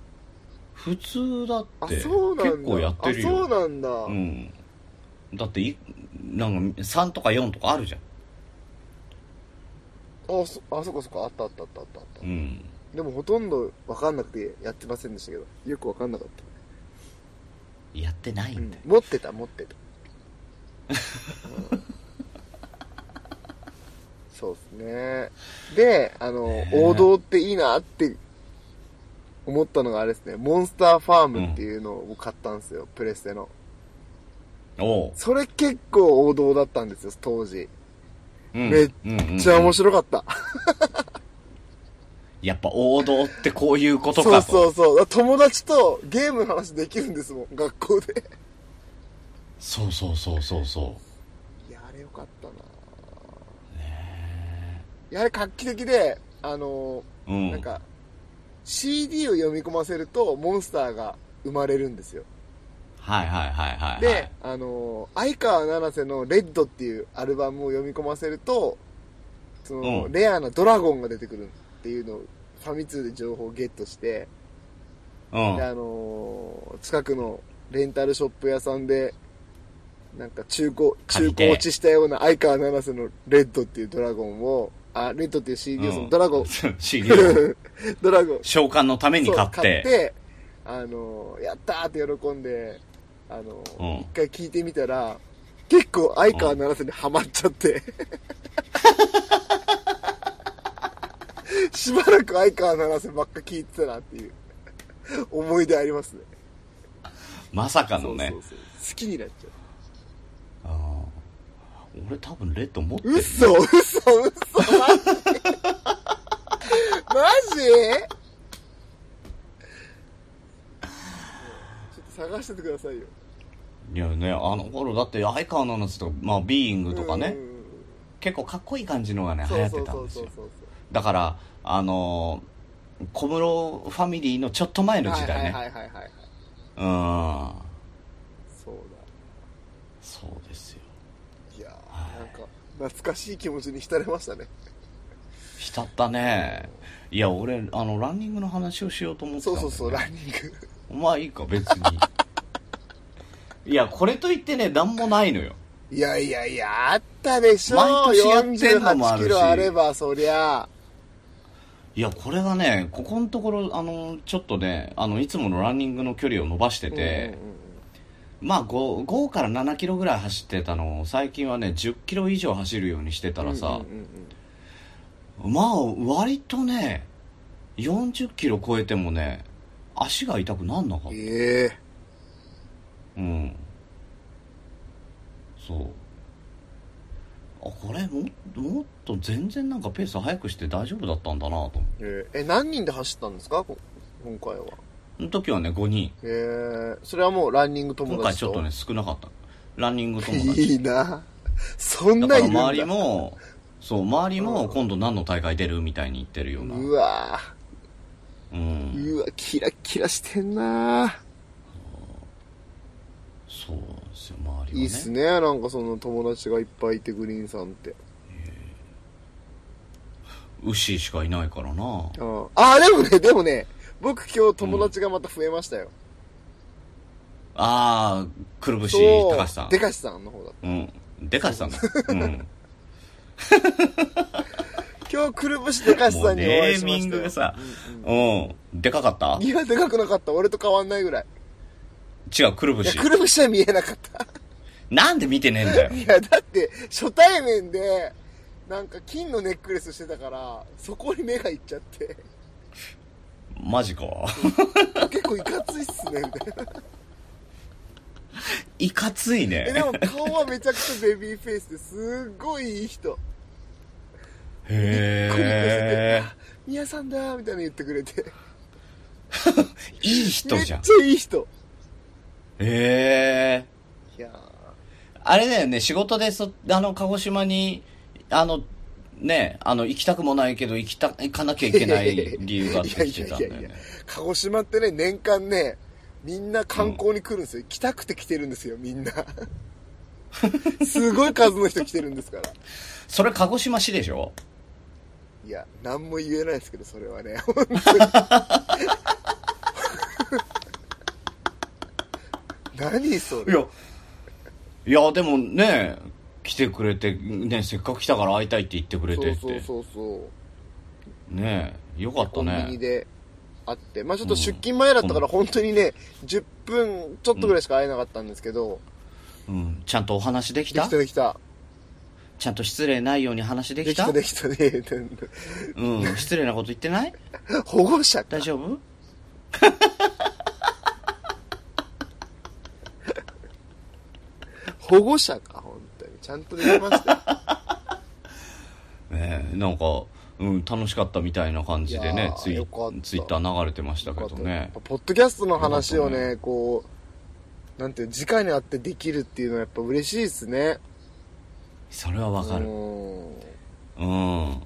Speaker 3: 普通だって
Speaker 1: あ、そうなんだ。
Speaker 3: 結構やってるよ
Speaker 1: あ、そうなんだ。
Speaker 3: うんだっていなんか3とか4とかあるじゃん
Speaker 1: あそあそこそこあったあったあったあったあった、
Speaker 3: うん。
Speaker 1: でもほとんど分かんなくてやってませんでしたけどよく分かんなかっ
Speaker 3: やってない
Speaker 1: た、うんん
Speaker 3: だよ。
Speaker 1: 持ってた持ってた、うんそうですねであの王道っていいなって思ったのがあれですねモンスターファームっていうのを買ったんですよ、プレステの
Speaker 3: おう。
Speaker 1: それ結構王道だったんですよ当時めっ
Speaker 3: め
Speaker 1: めっちゃ面白かった
Speaker 3: やっぱ王道ってこういうこと
Speaker 1: そ
Speaker 3: か
Speaker 1: う
Speaker 3: と。
Speaker 1: そうそう。友達とゲームの話できるんですもん、学校で。
Speaker 3: そうそうそうそうそ
Speaker 1: いや、あれよかったなねいや、あれ画期的で、あの
Speaker 3: う。うん。
Speaker 1: ー、なんか、CD を読み込ませると、モンスターが生まれるんですよ。
Speaker 3: はいはいはいはいはい。
Speaker 1: で、あのー、相川七瀬のレッドっていうアルバムを読み込ませると、その、
Speaker 3: うん
Speaker 1: レアなドラゴンが出てくるっていうのを、ファミ通で情報をゲットして、で、あのー近くのレンタルショップ屋さんで、なんか中古、
Speaker 3: 借
Speaker 1: 中
Speaker 3: りて
Speaker 1: 古落ちしたような相川七瀬のレッドっていうドラゴンを、あ、レッドっていう CD をそのド
Speaker 3: [LAUGHS]
Speaker 1: ラゴン、
Speaker 3: うん。CD を
Speaker 1: ドラゴン、
Speaker 3: 召喚のために
Speaker 1: そう
Speaker 3: 買って。
Speaker 1: てあのーやったーって喜んで、あのー
Speaker 3: うん
Speaker 1: 一回聞いてみたら、結構相川七瀬にハマっちゃ
Speaker 3: [LAUGHS]
Speaker 1: って。しばらく相川七瀬ばっか聞いてたなっていう思い出ありますね。
Speaker 3: まさかのね。
Speaker 1: そうそうそう好きになっちゃう
Speaker 3: うん俺多分レッド持ってるね。
Speaker 1: 嘘嘘嘘マジ [LAUGHS] マジちょっと探しててくださいよ
Speaker 3: いやね、あの頃だって相川七瀬とか、まあビーイングとかね
Speaker 1: う、ん
Speaker 3: 結構かっこいい感じのがね、流
Speaker 1: そ
Speaker 3: 行
Speaker 1: う
Speaker 3: っ
Speaker 1: そ
Speaker 3: て
Speaker 1: う
Speaker 3: た
Speaker 1: そ
Speaker 3: ん
Speaker 1: う
Speaker 3: です
Speaker 1: そう
Speaker 3: よ。
Speaker 1: そう
Speaker 3: だから、あのー小室ファミリーのちょっと前の
Speaker 1: はい
Speaker 3: 時代ね。
Speaker 1: はいはいはいは
Speaker 3: う
Speaker 1: い
Speaker 3: ん。
Speaker 1: そう
Speaker 3: そうですよ。
Speaker 1: だいやーなんか懐かしい気持ちに浸れましたね
Speaker 3: 浸ったね。いや、俺、あの、ランニングの話をしようと思ってた
Speaker 1: そ
Speaker 3: ん
Speaker 1: う
Speaker 3: だよ
Speaker 1: そ
Speaker 3: ね
Speaker 1: うそうランニング
Speaker 3: まあいいか別
Speaker 1: [LAUGHS]
Speaker 3: にいやこれといってね何もないのよ
Speaker 1: いやいやいやあったでしょ
Speaker 3: 毎年やってんのもあるし
Speaker 1: 48キロあればそりゃ
Speaker 3: いやこれがねここのところあのちょっとねあのいつものランニングの距離を伸ばしてて
Speaker 1: うん、うんうん
Speaker 3: まあ 5, 5から7キロぐらい走ってたのを最近はね10キロ以上走るようにしてたらさ
Speaker 1: うん、うんうんうん
Speaker 3: まあ割とね40キロ超えてもね足が痛くなんなかった
Speaker 1: ええ
Speaker 3: うんそうあこれももっと全然なんかペース速くして大丈夫だったんだなと思
Speaker 1: えーえ、何人で走ったんですかこ今回は。
Speaker 3: うの時はね5人
Speaker 1: えー、それはもうランニング友
Speaker 3: 今回
Speaker 1: 達
Speaker 3: ち
Speaker 1: と。
Speaker 3: ょっとね少なかったランニング友達
Speaker 1: いいなそん
Speaker 3: だか
Speaker 1: ない
Speaker 3: ら
Speaker 1: るんだ。
Speaker 3: 周りもそう周り
Speaker 1: う
Speaker 3: も
Speaker 1: ん
Speaker 3: 今度何の大会出るみたいに言ってるような
Speaker 1: うわ
Speaker 3: うん
Speaker 1: うわ、キラッキラしてんな
Speaker 3: そうなんですよ周りはね
Speaker 1: いいっすね。なんかその友達がいっぱいいて、グリーンさんって。
Speaker 3: ウッシーしかいないからな
Speaker 1: ああ、でもね、でもね、僕今日友達がまた増えましたよ。
Speaker 3: ああくるぶし
Speaker 1: そう
Speaker 3: 高橋さん
Speaker 1: でかしさんの方だ。
Speaker 3: うんでかしさんだうん
Speaker 1: 今日、くるぶしでかしさんにお会いしま
Speaker 3: もうネ
Speaker 1: したよ。
Speaker 3: ーミングがさ
Speaker 1: うんうん
Speaker 3: うんでかかった
Speaker 1: いや、でかくなかった。俺と変わんないぐらい。
Speaker 3: 違う、くるぶ
Speaker 1: いや、
Speaker 3: し。
Speaker 1: くるぶしは見えな
Speaker 3: [LAUGHS]
Speaker 1: かった。
Speaker 3: なんで見てねえんだよ。
Speaker 1: [LAUGHS] いや、だって、初対面で、なんか金のネックレスしてたから、そこに目がいっちゃって、
Speaker 3: マジか。
Speaker 1: 結構いかついっすね、みたいな。
Speaker 3: いかつい
Speaker 1: え、
Speaker 3: ね
Speaker 1: で。も顔はめちゃくちゃベビーフェイスですっごいいい人。びっくり
Speaker 3: へ
Speaker 1: 宮さんだーみたいな言ってくれて。
Speaker 3: え。いい人
Speaker 1: めっち
Speaker 3: じゃ
Speaker 1: ゃ
Speaker 3: ん。
Speaker 1: いい人。
Speaker 3: へえ。
Speaker 1: いや
Speaker 3: あれだよね、仕事でそ、あの、鹿児島に、あの、ね、あの、行きたくもないけど、行きた、行かなきゃいけない理由があって来てたんだよ
Speaker 1: いやいやいやい
Speaker 3: ね
Speaker 1: や。ー、鹿児島ってね、年間ね、みんな観光に来るんですよ。来たくて来てるんですよ、み
Speaker 3: [LAUGHS]
Speaker 1: んな。すごい数の人来てるんですから。
Speaker 3: それ鹿児島市でしょ
Speaker 1: いや、何も言えないですけど、それはね。
Speaker 3: [LAUGHS]
Speaker 1: 何そ
Speaker 3: い
Speaker 1: れ。
Speaker 3: や、いや、でもね、来てくれて、ね、せっかく来たから会いたいって言ってくれてって。
Speaker 1: そうそうそうそう。
Speaker 3: ねえ、よかった
Speaker 1: コンビニ
Speaker 3: ね。
Speaker 1: で会って、まあちょっと出勤前だったから本当にね、10分ちょっとぐらいしか会えなかったんですけど、
Speaker 3: うん。ちゃんとお話でき
Speaker 1: で
Speaker 3: た
Speaker 1: きたできた。
Speaker 3: ちゃんと失礼ないように話で
Speaker 1: で
Speaker 3: き
Speaker 1: きた
Speaker 3: た
Speaker 1: できたね。
Speaker 3: うん。失礼なこと言ってない
Speaker 1: 保護者か
Speaker 3: 大。丈夫
Speaker 1: 保護者か、本当に。ちゃんとできましたよ。
Speaker 3: ねえ、なんか、うん、楽しかったみたいな感じで
Speaker 1: いや
Speaker 3: ね、
Speaker 1: ー
Speaker 3: ツイ
Speaker 1: よかった
Speaker 3: ツイッター流れてましたけどね。
Speaker 1: ポッドキャストの話
Speaker 3: よか
Speaker 1: を
Speaker 3: った
Speaker 1: ね、こう、なんていう、次回に会ってできるっていうのはやっぱ嬉しいですね。
Speaker 3: それはわか
Speaker 1: う
Speaker 3: る。
Speaker 1: ん
Speaker 3: うん。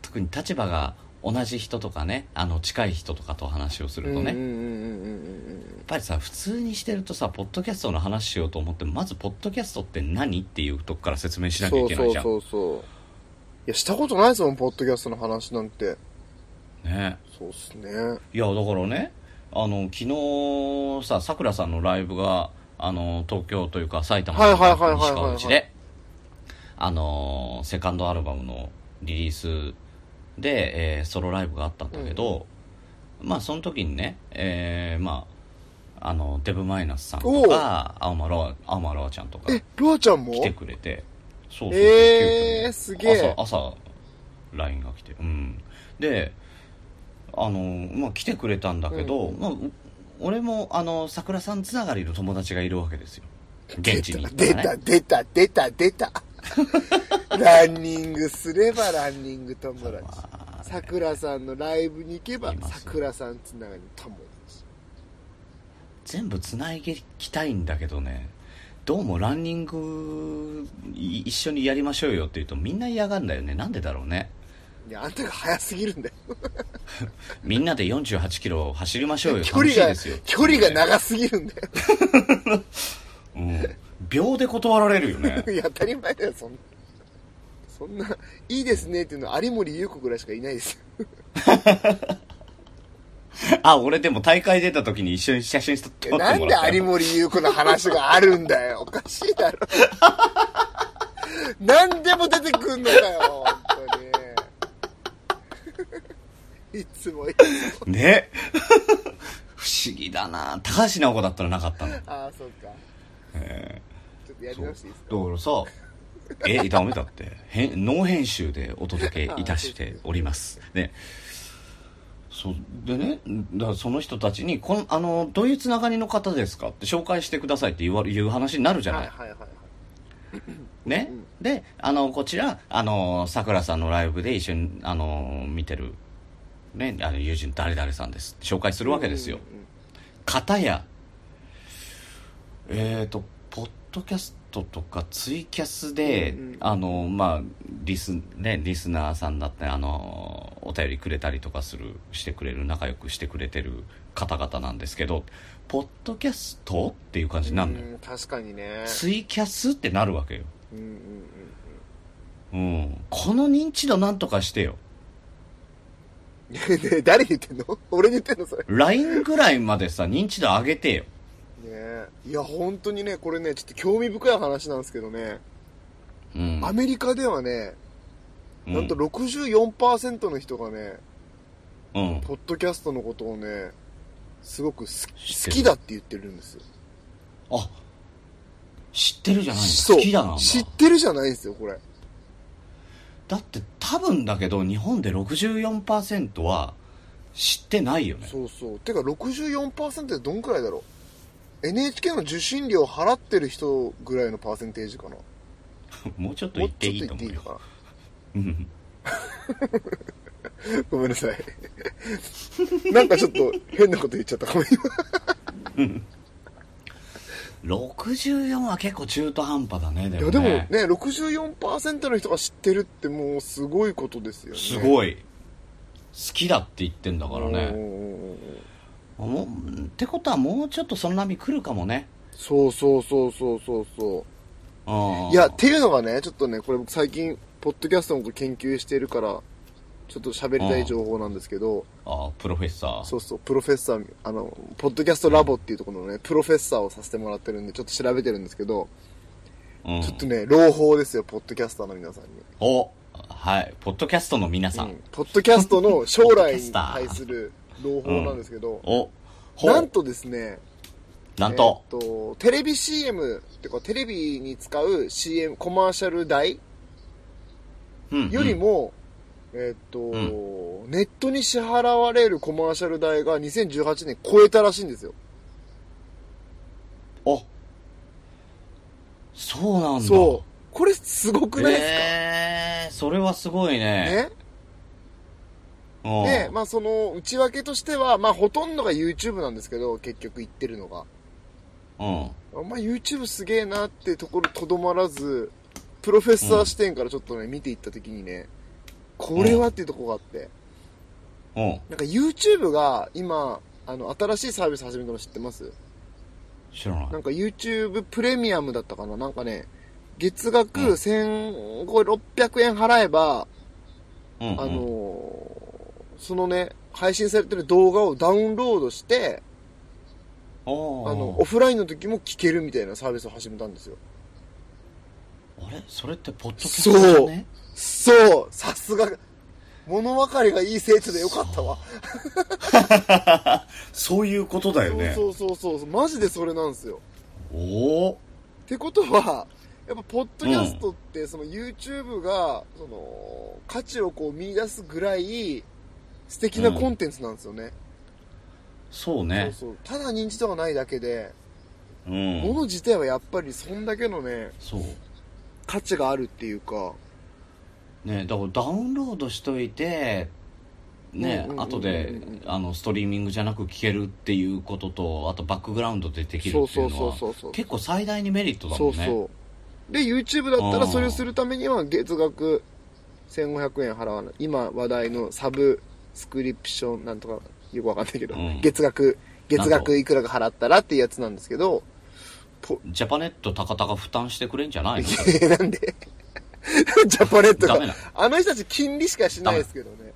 Speaker 3: 特に立場が同じ人とかね、あの、近い人とかと話をするとね、
Speaker 1: う
Speaker 3: や
Speaker 1: んうんうんうんうん
Speaker 3: っぱりさ、普通にしてるとさ、ポッドキャストの話しようと思っても、まず、ポッドキャストって何っていうとこから説明し
Speaker 1: うん。
Speaker 3: なきゃ
Speaker 1: そ
Speaker 3: いうけない
Speaker 1: そ
Speaker 3: うじゃん。
Speaker 1: そうそう。いや、したことないですもん、ポッドキャストの話なんて。
Speaker 3: ね
Speaker 1: そうっすね。
Speaker 3: いや、だからね、あの、昨日さ、さくらさんのライブが、あの、東京というか埼玉
Speaker 1: はい
Speaker 3: の
Speaker 1: はいはいはいはい
Speaker 3: 西川口で、あの、セカンドアルバムのリリースで、えーソロライブがあったんだけど、まあ、その時にね、えーまあ、あの、デブマイナスさんとか、青間ロア、青間ロアちゃんとか
Speaker 1: え、ロアちゃんも
Speaker 3: 来てくれて、そうそうそう、
Speaker 1: えー
Speaker 3: 急遽
Speaker 1: すげえ
Speaker 3: 朝、朝、LINE が来て、うん。で、あの、まあ、来てくれたんだけど、まあ、俺も、あの、桜さんつながりの友達がいるわけですよ。現地に行った
Speaker 1: 出
Speaker 3: ら
Speaker 1: た、
Speaker 3: ね。
Speaker 1: 出た、出た、出
Speaker 3: [LAUGHS]
Speaker 1: た。ランニングすればランニング友達。
Speaker 3: まあ
Speaker 1: さくらさんのライブに行けば
Speaker 3: い、ます
Speaker 1: さくらさんつながりの友達。
Speaker 3: 全部つないでいきたいんだけどね、どうもランニングい一緒にやりましょうよって言うとみんな嫌がるんだよね。なんでだろうね。
Speaker 1: いや、あんたが早すぎるんだよ。
Speaker 3: みんなで48キロ走りましょうよ。
Speaker 1: 距離
Speaker 3: 楽しい
Speaker 1: が
Speaker 3: ですよ、
Speaker 1: 距離が長すぎるんだよ。
Speaker 3: うん。秒で断られるよね。
Speaker 1: いや、当たり前だよ、そんな。そんな、いいですねっていうのは有森裕子ぐらいしかいないですよ。
Speaker 3: [LAUGHS] あ、俺でも大会出た時に一緒に写真撮ってもら
Speaker 1: な
Speaker 3: った
Speaker 1: ん
Speaker 3: よ。
Speaker 1: で有森裕子の話があるんだ
Speaker 3: [LAUGHS]
Speaker 1: よ。おかしいだろ。何でも出てくんのかよ、本当に。いつもいつも。
Speaker 3: ね。 [LAUGHS] 不思議だな高橋直子だったらなかったの。だか
Speaker 1: ああ、そうか。ちょっとやり直していいですから
Speaker 3: さ、え、ダメだって。へんノー編集でお届けいたしております。ね。そう、でね、だからその人たちに、この、あの、どういうつながりの方ですかって紹介してくださいって言われ、いう話になるじゃない。
Speaker 1: はいはいはいはい。
Speaker 3: ね、であのこちらあのさくらさんのライブで一緒にあの見てる、ね、あの友人誰々さんですって紹介するわけですよ、片やえっ、とポッドキャストとかツイキャスで、
Speaker 1: うんうん
Speaker 3: あのまあリス,、ね、リスナーさんだってあのお便りくれたりとかするしてくれる仲良くしてくれてる方々なんですけどポッドキャストっていう感じになるのよ、
Speaker 1: うん確かにね。 [LAUGHS]
Speaker 3: ツイキャスってなるわけよ
Speaker 1: うんうん
Speaker 3: うん、この認知度なんとかしてよ
Speaker 1: うん。ねえ誰に言ってんの俺に言ってんのそれ。ね
Speaker 3: LINE ぐらいまでさ認知度上げてよ
Speaker 1: えいや、本当にね、これね、ちょっと興味深い話なんですけどね、
Speaker 3: うん
Speaker 1: アメリカではね、
Speaker 3: うん
Speaker 1: なんと64%の人がね、
Speaker 3: うん
Speaker 1: ポッドキャストのことをね、すごくす
Speaker 3: 知
Speaker 1: 好
Speaker 3: ってる
Speaker 1: きだって言ってるんですよ。
Speaker 3: あ知ってるじゃないの
Speaker 1: そう
Speaker 3: 好きだなんだ
Speaker 1: 知ってるじゃないんですよ、これ。
Speaker 3: だって多分だけど日本で64%は知ってないよね
Speaker 1: そうそう。てか64%ってどんくらいだろう ?NHK の受信料払ってる人ぐらいのパーセンテージかな。
Speaker 3: [LAUGHS] もうちょっと
Speaker 1: も
Speaker 3: 言
Speaker 1: う
Speaker 3: って
Speaker 1: ちょ
Speaker 3: い
Speaker 1: っ
Speaker 3: い
Speaker 1: と
Speaker 3: と
Speaker 1: 言って
Speaker 3: 思
Speaker 1: いういのか
Speaker 3: よ
Speaker 1: な。
Speaker 3: うん
Speaker 1: ごめんなさい。 [LAUGHS] なんかちょっと変なこと言っちゃったかも。今
Speaker 3: 64は結構中途半端だねで
Speaker 1: い
Speaker 3: も
Speaker 1: やでも
Speaker 3: ね
Speaker 1: ね、64%の人が知ってるってもうすごいことですよね。
Speaker 3: す
Speaker 1: い
Speaker 3: ごい好きだって言ってんだから
Speaker 1: うんう
Speaker 3: ね
Speaker 1: んうんうん。
Speaker 3: もうってことはもうちょっとその波来るかもね
Speaker 1: そうそうそうそうそうそう。
Speaker 3: うん
Speaker 1: いや、っていうのがね、ちょっとね、これ僕最近、ポッドキャストのこと研究しているから、ちょっと喋りたい情報なんですけど、
Speaker 3: あプロフェッサー
Speaker 1: そうそう、プロフェッサー、あの、ポッドキャストラボっていうところのね、プロフェッサーをさせてもらってるんで、ちょっと調べてるんですけど、
Speaker 3: うん
Speaker 1: ちょっとね、朗報ですよ、ポッドキャスターの皆さんに。
Speaker 3: おはいポッドキャストの皆さん、
Speaker 1: うんポッドキャストの将来に対する朗報なんですけど、
Speaker 3: おほう
Speaker 1: なんとですね、
Speaker 3: なんと、
Speaker 1: えーっと、テレビ CM っていうか、テレビに使う CM、コマーシャル代
Speaker 3: うん
Speaker 1: よりも、えーっと、ネットに支払われるコマーシャル代が2018年超えたらしいんですよ。
Speaker 3: うんおそうなんだ
Speaker 1: そう。これすごくないですか、
Speaker 3: えー、それはすごいね
Speaker 1: ね
Speaker 3: うん
Speaker 1: で、まあその内訳としては、まあほとんどが YouTube なんですけど、結局言ってるのが。
Speaker 3: うん
Speaker 1: あんま YouTube すげえなってところとどまらず、プロフェッサー視点からちょっとね、見ていったときにね、これはっていうとこがあって、
Speaker 3: うん
Speaker 1: なんか YouTube が今、あの、新しいサービス始めたの知ってます
Speaker 3: 知らない
Speaker 1: なんか YouTube プレミアムだったかななんかね、月額1600円払えば、
Speaker 3: うんうん
Speaker 1: あのーそのね、配信されてる動画をダウンロードして、
Speaker 3: おー
Speaker 1: あの、オフラインの時も聞けるみたいなサービスを始めたんですよ。
Speaker 3: あれそれってポッドキャストじゃね
Speaker 1: そうさすが物分かりがいい生徒でよかったわ
Speaker 3: [LAUGHS] そういうことだよね
Speaker 1: そうそうそうそうマジでそれなんですよ
Speaker 3: おお
Speaker 1: ってことはやっぱポッドキャストってその YouTube がその価値をこう見出すぐらい素敵なコンテンツなんですよね、
Speaker 3: そうね
Speaker 1: そうそうただ認知度がないだけで、
Speaker 3: うん
Speaker 1: 物自体はやっぱりそんだけのね
Speaker 3: そう
Speaker 1: 価値があるっていうか
Speaker 3: ねだからダウンロードしといてね
Speaker 1: うんうんうんうん
Speaker 3: 後であのストリーミングじゃなく聞けるっていうこととあとバックグラウンドでできる
Speaker 1: そう
Speaker 3: ってい
Speaker 1: そうう
Speaker 3: の
Speaker 1: そう
Speaker 3: は
Speaker 1: そうそう
Speaker 3: 結構最大にメリットだ
Speaker 1: そ
Speaker 3: も
Speaker 1: うん
Speaker 3: ね
Speaker 1: そう。で、YouTube だったら
Speaker 3: うん
Speaker 1: それをするためには月額1500円払わない。今話題のサブスクリプションなんとかよくわかんないけど、
Speaker 3: うん
Speaker 1: 月額、月
Speaker 3: なんと
Speaker 1: 額いくらか払ったらっていうやつなんですけど、
Speaker 3: ジャパネット高々負担してくれんじゃないの
Speaker 1: [LAUGHS] なんでジャパネット
Speaker 3: [LAUGHS] ダ
Speaker 1: が
Speaker 3: メな。
Speaker 1: あの人たち金利しかしないですけどね。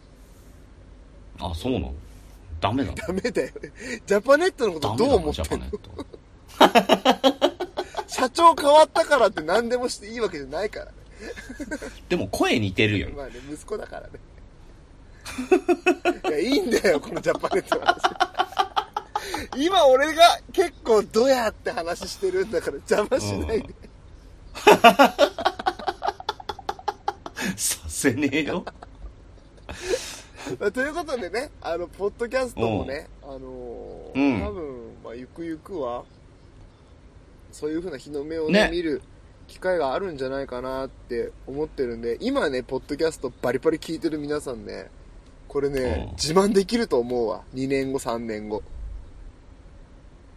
Speaker 3: あそうなのダメなの
Speaker 1: ダメだよ。ジャパネットのこ
Speaker 3: ダ
Speaker 1: と
Speaker 3: メ
Speaker 1: どう
Speaker 3: な
Speaker 1: 思
Speaker 3: の
Speaker 1: っ
Speaker 3: ジ
Speaker 1: て
Speaker 3: ャパ
Speaker 1: ん
Speaker 3: ネ
Speaker 1: の
Speaker 3: ット
Speaker 1: 社長変わったからって何でもしていいわけじゃないからね。
Speaker 3: でも声似てるよ
Speaker 1: まあね、息子だからね。 [LAUGHS] いや、いいんだよ、このジャパネットの話。今俺が結構ドヤって話してるんだから邪魔しないで。
Speaker 3: させねえよ
Speaker 1: まあということでね、あの、ポッドキャストもね、あのー
Speaker 3: うん
Speaker 1: 多分、まあ、ゆくゆくは、そういう風な日の目をね
Speaker 3: ね
Speaker 1: 見る機会があるんじゃないかなって思ってるんで、今ね、ポッドキャストバリバリ聞いてる皆さんね、これね、
Speaker 3: うん
Speaker 1: 自慢できると思うわ。2年後、3年後。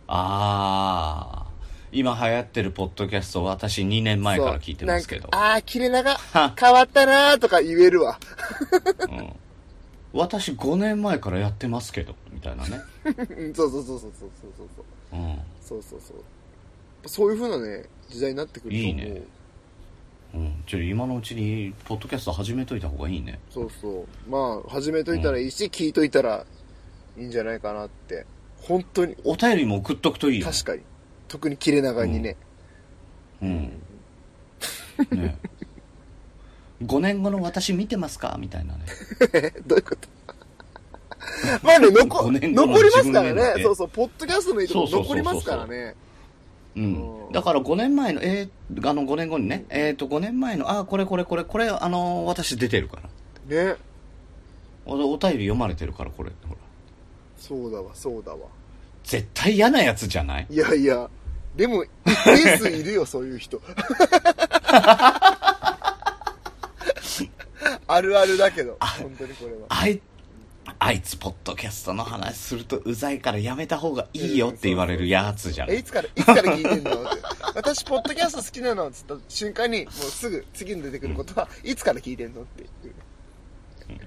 Speaker 3: ああ今流行ってるポッドキャストを私2年前から聞いてますけど
Speaker 1: そうなんかああ、切れ長、変わったなーとか言えるわ。
Speaker 3: うん私5年前からやってますけどみたいなね、
Speaker 1: うんそうそうそうそうそうそうそうそう。
Speaker 3: う
Speaker 1: そうそうそう。そういう風なね、時代になってくると思う。
Speaker 3: いいねんうん、ちょっと今のうちにポッドキャスト始めといた方がいいね
Speaker 1: そうそう。まあ、始めといたらいいし、聞いといたらいいんじゃないかなって。本当に、
Speaker 3: お便りも送っとくといいよ、
Speaker 1: 確かに。特に切れ長にね。
Speaker 3: うんね、5年後の私見てますかみたいなね
Speaker 1: [LAUGHS] どういうことまあね、残
Speaker 3: 五
Speaker 1: 残り
Speaker 3: 年後の
Speaker 1: ますか
Speaker 3: 自分への
Speaker 1: らね。
Speaker 3: ね
Speaker 1: そうそう、ポッドキャストのいいとこ
Speaker 3: そうそうそ
Speaker 1: 残
Speaker 3: う
Speaker 1: り
Speaker 3: そう
Speaker 1: ますからね。
Speaker 3: うん
Speaker 1: うん、
Speaker 3: だから5年前の、えー、あの5年後にね、えー、と5年前のああこれこれこれこれあのー私出てるから
Speaker 1: ね。
Speaker 3: おお便り読まれてるからこれほら
Speaker 1: そうだわ、そうだわ。
Speaker 3: 絶対嫌なやつじゃない
Speaker 1: いやいや、でも、一定数いるよ、 [LAUGHS] そうい
Speaker 3: [LAUGHS]
Speaker 1: う人。あるあるだけど、本当にこれは。
Speaker 3: あいあいつポッドキャストの話するとうざいからやめた方がいいよって言われるやつじゃん
Speaker 1: [LAUGHS] え、いつから、いつから聞いてんのって。私、ポッドキャスト好きなのって言った瞬間に、もうすぐ次に出てくることは、いつから聞いてんのっていう。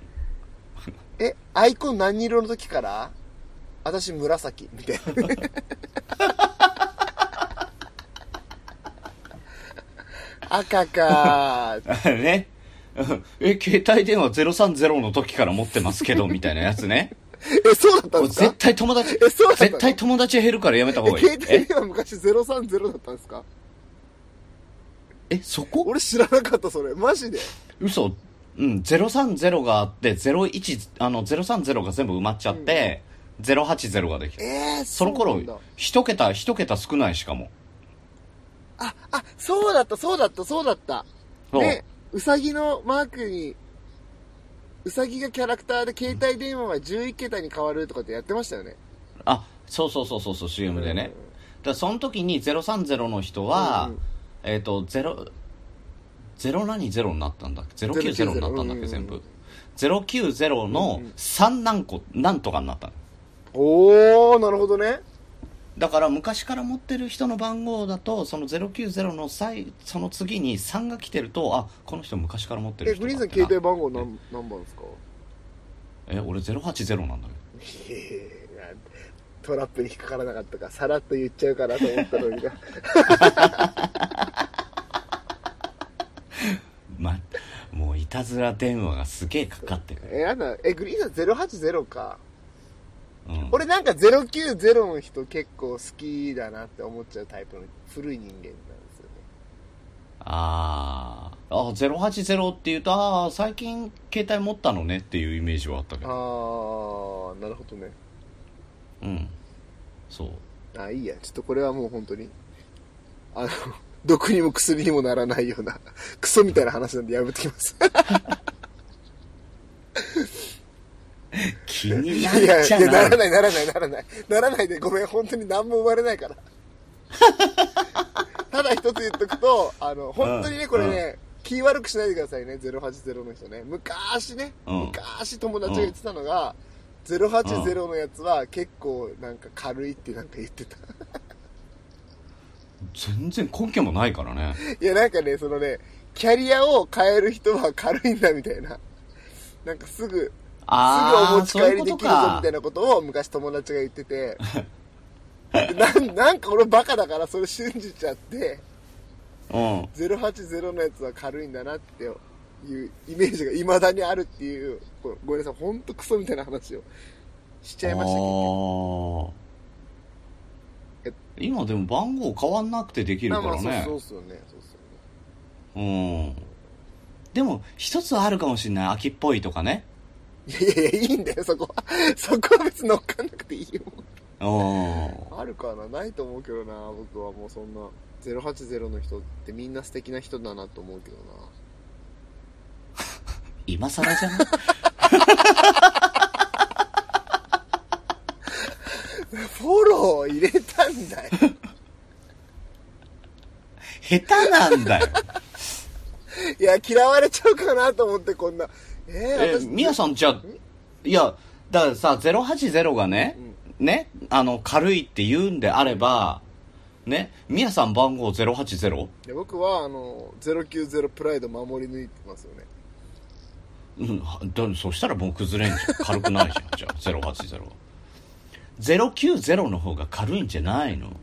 Speaker 1: [LAUGHS] え、アイコン何色の時から私、紫。みたいな。 [LAUGHS] 赤か
Speaker 3: [LAUGHS] ねうんえ携帯電話030の時から持ってますけどみたいなやつね
Speaker 1: え、そうだったんです
Speaker 3: 絶
Speaker 1: か
Speaker 3: 対友達
Speaker 1: えそうだったの
Speaker 3: 絶対友達減るからやめた方がいい
Speaker 1: 携帯
Speaker 3: え
Speaker 1: 電話昔030だったんですか
Speaker 3: えそこ
Speaker 1: 俺知らなかった、それ。マジで。
Speaker 3: 嘘うん030があって01あの030が全部埋まっちゃって、080ができた
Speaker 1: えー、
Speaker 3: その
Speaker 1: う
Speaker 3: 頃
Speaker 1: なんだ
Speaker 3: 一桁一桁少ないしかも
Speaker 1: あ、あ、そうだった、そうだった、そうだった。
Speaker 3: そう、
Speaker 1: ね、うさぎのマークに、うさぎがキャラクターで携帯電話は11桁に変わるとかってやってましたよね。
Speaker 3: あそうそうそうそうそう CM でね、だからその時に030の人は、
Speaker 1: うんうん
Speaker 3: えっ、と0ゼロ何ゼロになったんだっけ090になったんだっ
Speaker 1: うんうんう
Speaker 3: け
Speaker 1: ん
Speaker 3: 全部090の3何個何とかになったの
Speaker 1: おー、なるほどね。
Speaker 3: だから昔から持ってる人の番号だとその090の際その次に3が来てるとあこの人昔から持ってる
Speaker 1: え、
Speaker 3: 人
Speaker 1: グ
Speaker 3: だ
Speaker 1: リーン
Speaker 3: っ
Speaker 1: さん
Speaker 3: てな
Speaker 1: 携帯番号何何番ですか
Speaker 3: え俺080なんだけど
Speaker 1: いやいやいやトラップに引っかからなかったか、さらっと言っちゃうかなと思った
Speaker 3: [LAUGHS]
Speaker 1: のにな。
Speaker 3: ま [LAUGHS] もういたずら電話がすげえかかってくる、
Speaker 1: え、なんだ、え、グリーンさん080か。
Speaker 3: うん、
Speaker 1: 俺なんか090の人結構好きだなって思っちゃうタイプの古い人間なんですよね。
Speaker 3: あーあ080っていうとああ最近携帯持ったのねっていうイメージはあったけ
Speaker 1: あ
Speaker 3: ど
Speaker 1: ー、なるほどね。
Speaker 3: うんそう
Speaker 1: あ、いいや。ちょっとこれはもう本当に、あの、 [LAUGHS] 毒にも薬にもならないような、 [LAUGHS] クソみたいな話なんでやめときます。
Speaker 3: 気に
Speaker 1: い
Speaker 3: な
Speaker 1: やいや
Speaker 3: っちゃう
Speaker 1: なら
Speaker 3: な
Speaker 1: ない、ならない、ならない。ならないで、ごめん、本当に何も生まれな
Speaker 3: [LAUGHS]
Speaker 1: いから。ただ一つ言っとくと、あの、本当にね、これね、気悪くしないでくださいね、080の人ね。昔ね、
Speaker 3: うん
Speaker 1: 昔友達が言ってたのが、080のやつは結構なんか軽いってなんか言ってた。
Speaker 3: 全然根拠もないから
Speaker 1: [LAUGHS]
Speaker 3: ね
Speaker 1: いや、なんかね、そのね、キャリアを変える人は軽いんだみたいな。なんかすぐ、すぐお
Speaker 3: あ
Speaker 1: 持
Speaker 3: あ
Speaker 1: ち
Speaker 3: そう
Speaker 1: 帰
Speaker 3: いう
Speaker 1: り
Speaker 3: こ
Speaker 1: で
Speaker 3: と
Speaker 1: きるぞ
Speaker 3: か
Speaker 1: みたいなことを昔友達が言ってて。でなんなんか俺バカだからそれ信じちゃって、
Speaker 3: うん
Speaker 1: 080のやつは軽いんだなっていうイメージが未だにあるっていう、ごごめんなさい、ほんとクソみたいな話をしちゃいましたけ
Speaker 3: あ
Speaker 1: ど。
Speaker 3: ー今でも番号変わんなくてできる
Speaker 1: ま
Speaker 3: か
Speaker 1: あま
Speaker 3: ら
Speaker 1: あ、そう
Speaker 3: ね
Speaker 1: そうっすよね。そうっすよ
Speaker 3: う
Speaker 1: ね。
Speaker 3: んでも一つはあるかもしれない秋っぽいとかね
Speaker 1: いやいやいや、いいんだよ、そこは。そこは別に乗っかんなくていいよ。
Speaker 3: うん
Speaker 1: あるかなないと思うけどな僕はもうそんな080の人ってみんな素敵な人だなと思うけどな
Speaker 3: 今更じゃない
Speaker 1: フォロー入れたんだよ
Speaker 3: [LAUGHS] 下手なんだよ
Speaker 1: いや嫌われちゃうかなと思ってこんなえー、
Speaker 3: え
Speaker 1: 私
Speaker 3: みやさんじゃあいやだからさ080がね、ねあの軽いって言うんであればねみやさん番号 080?
Speaker 1: いや僕はあの090プライド守り抜いてますよね [LAUGHS]
Speaker 3: うんはだそしたらもう崩れんじゃん軽くないじゃんじゃあ080は090の方が軽いんじゃないの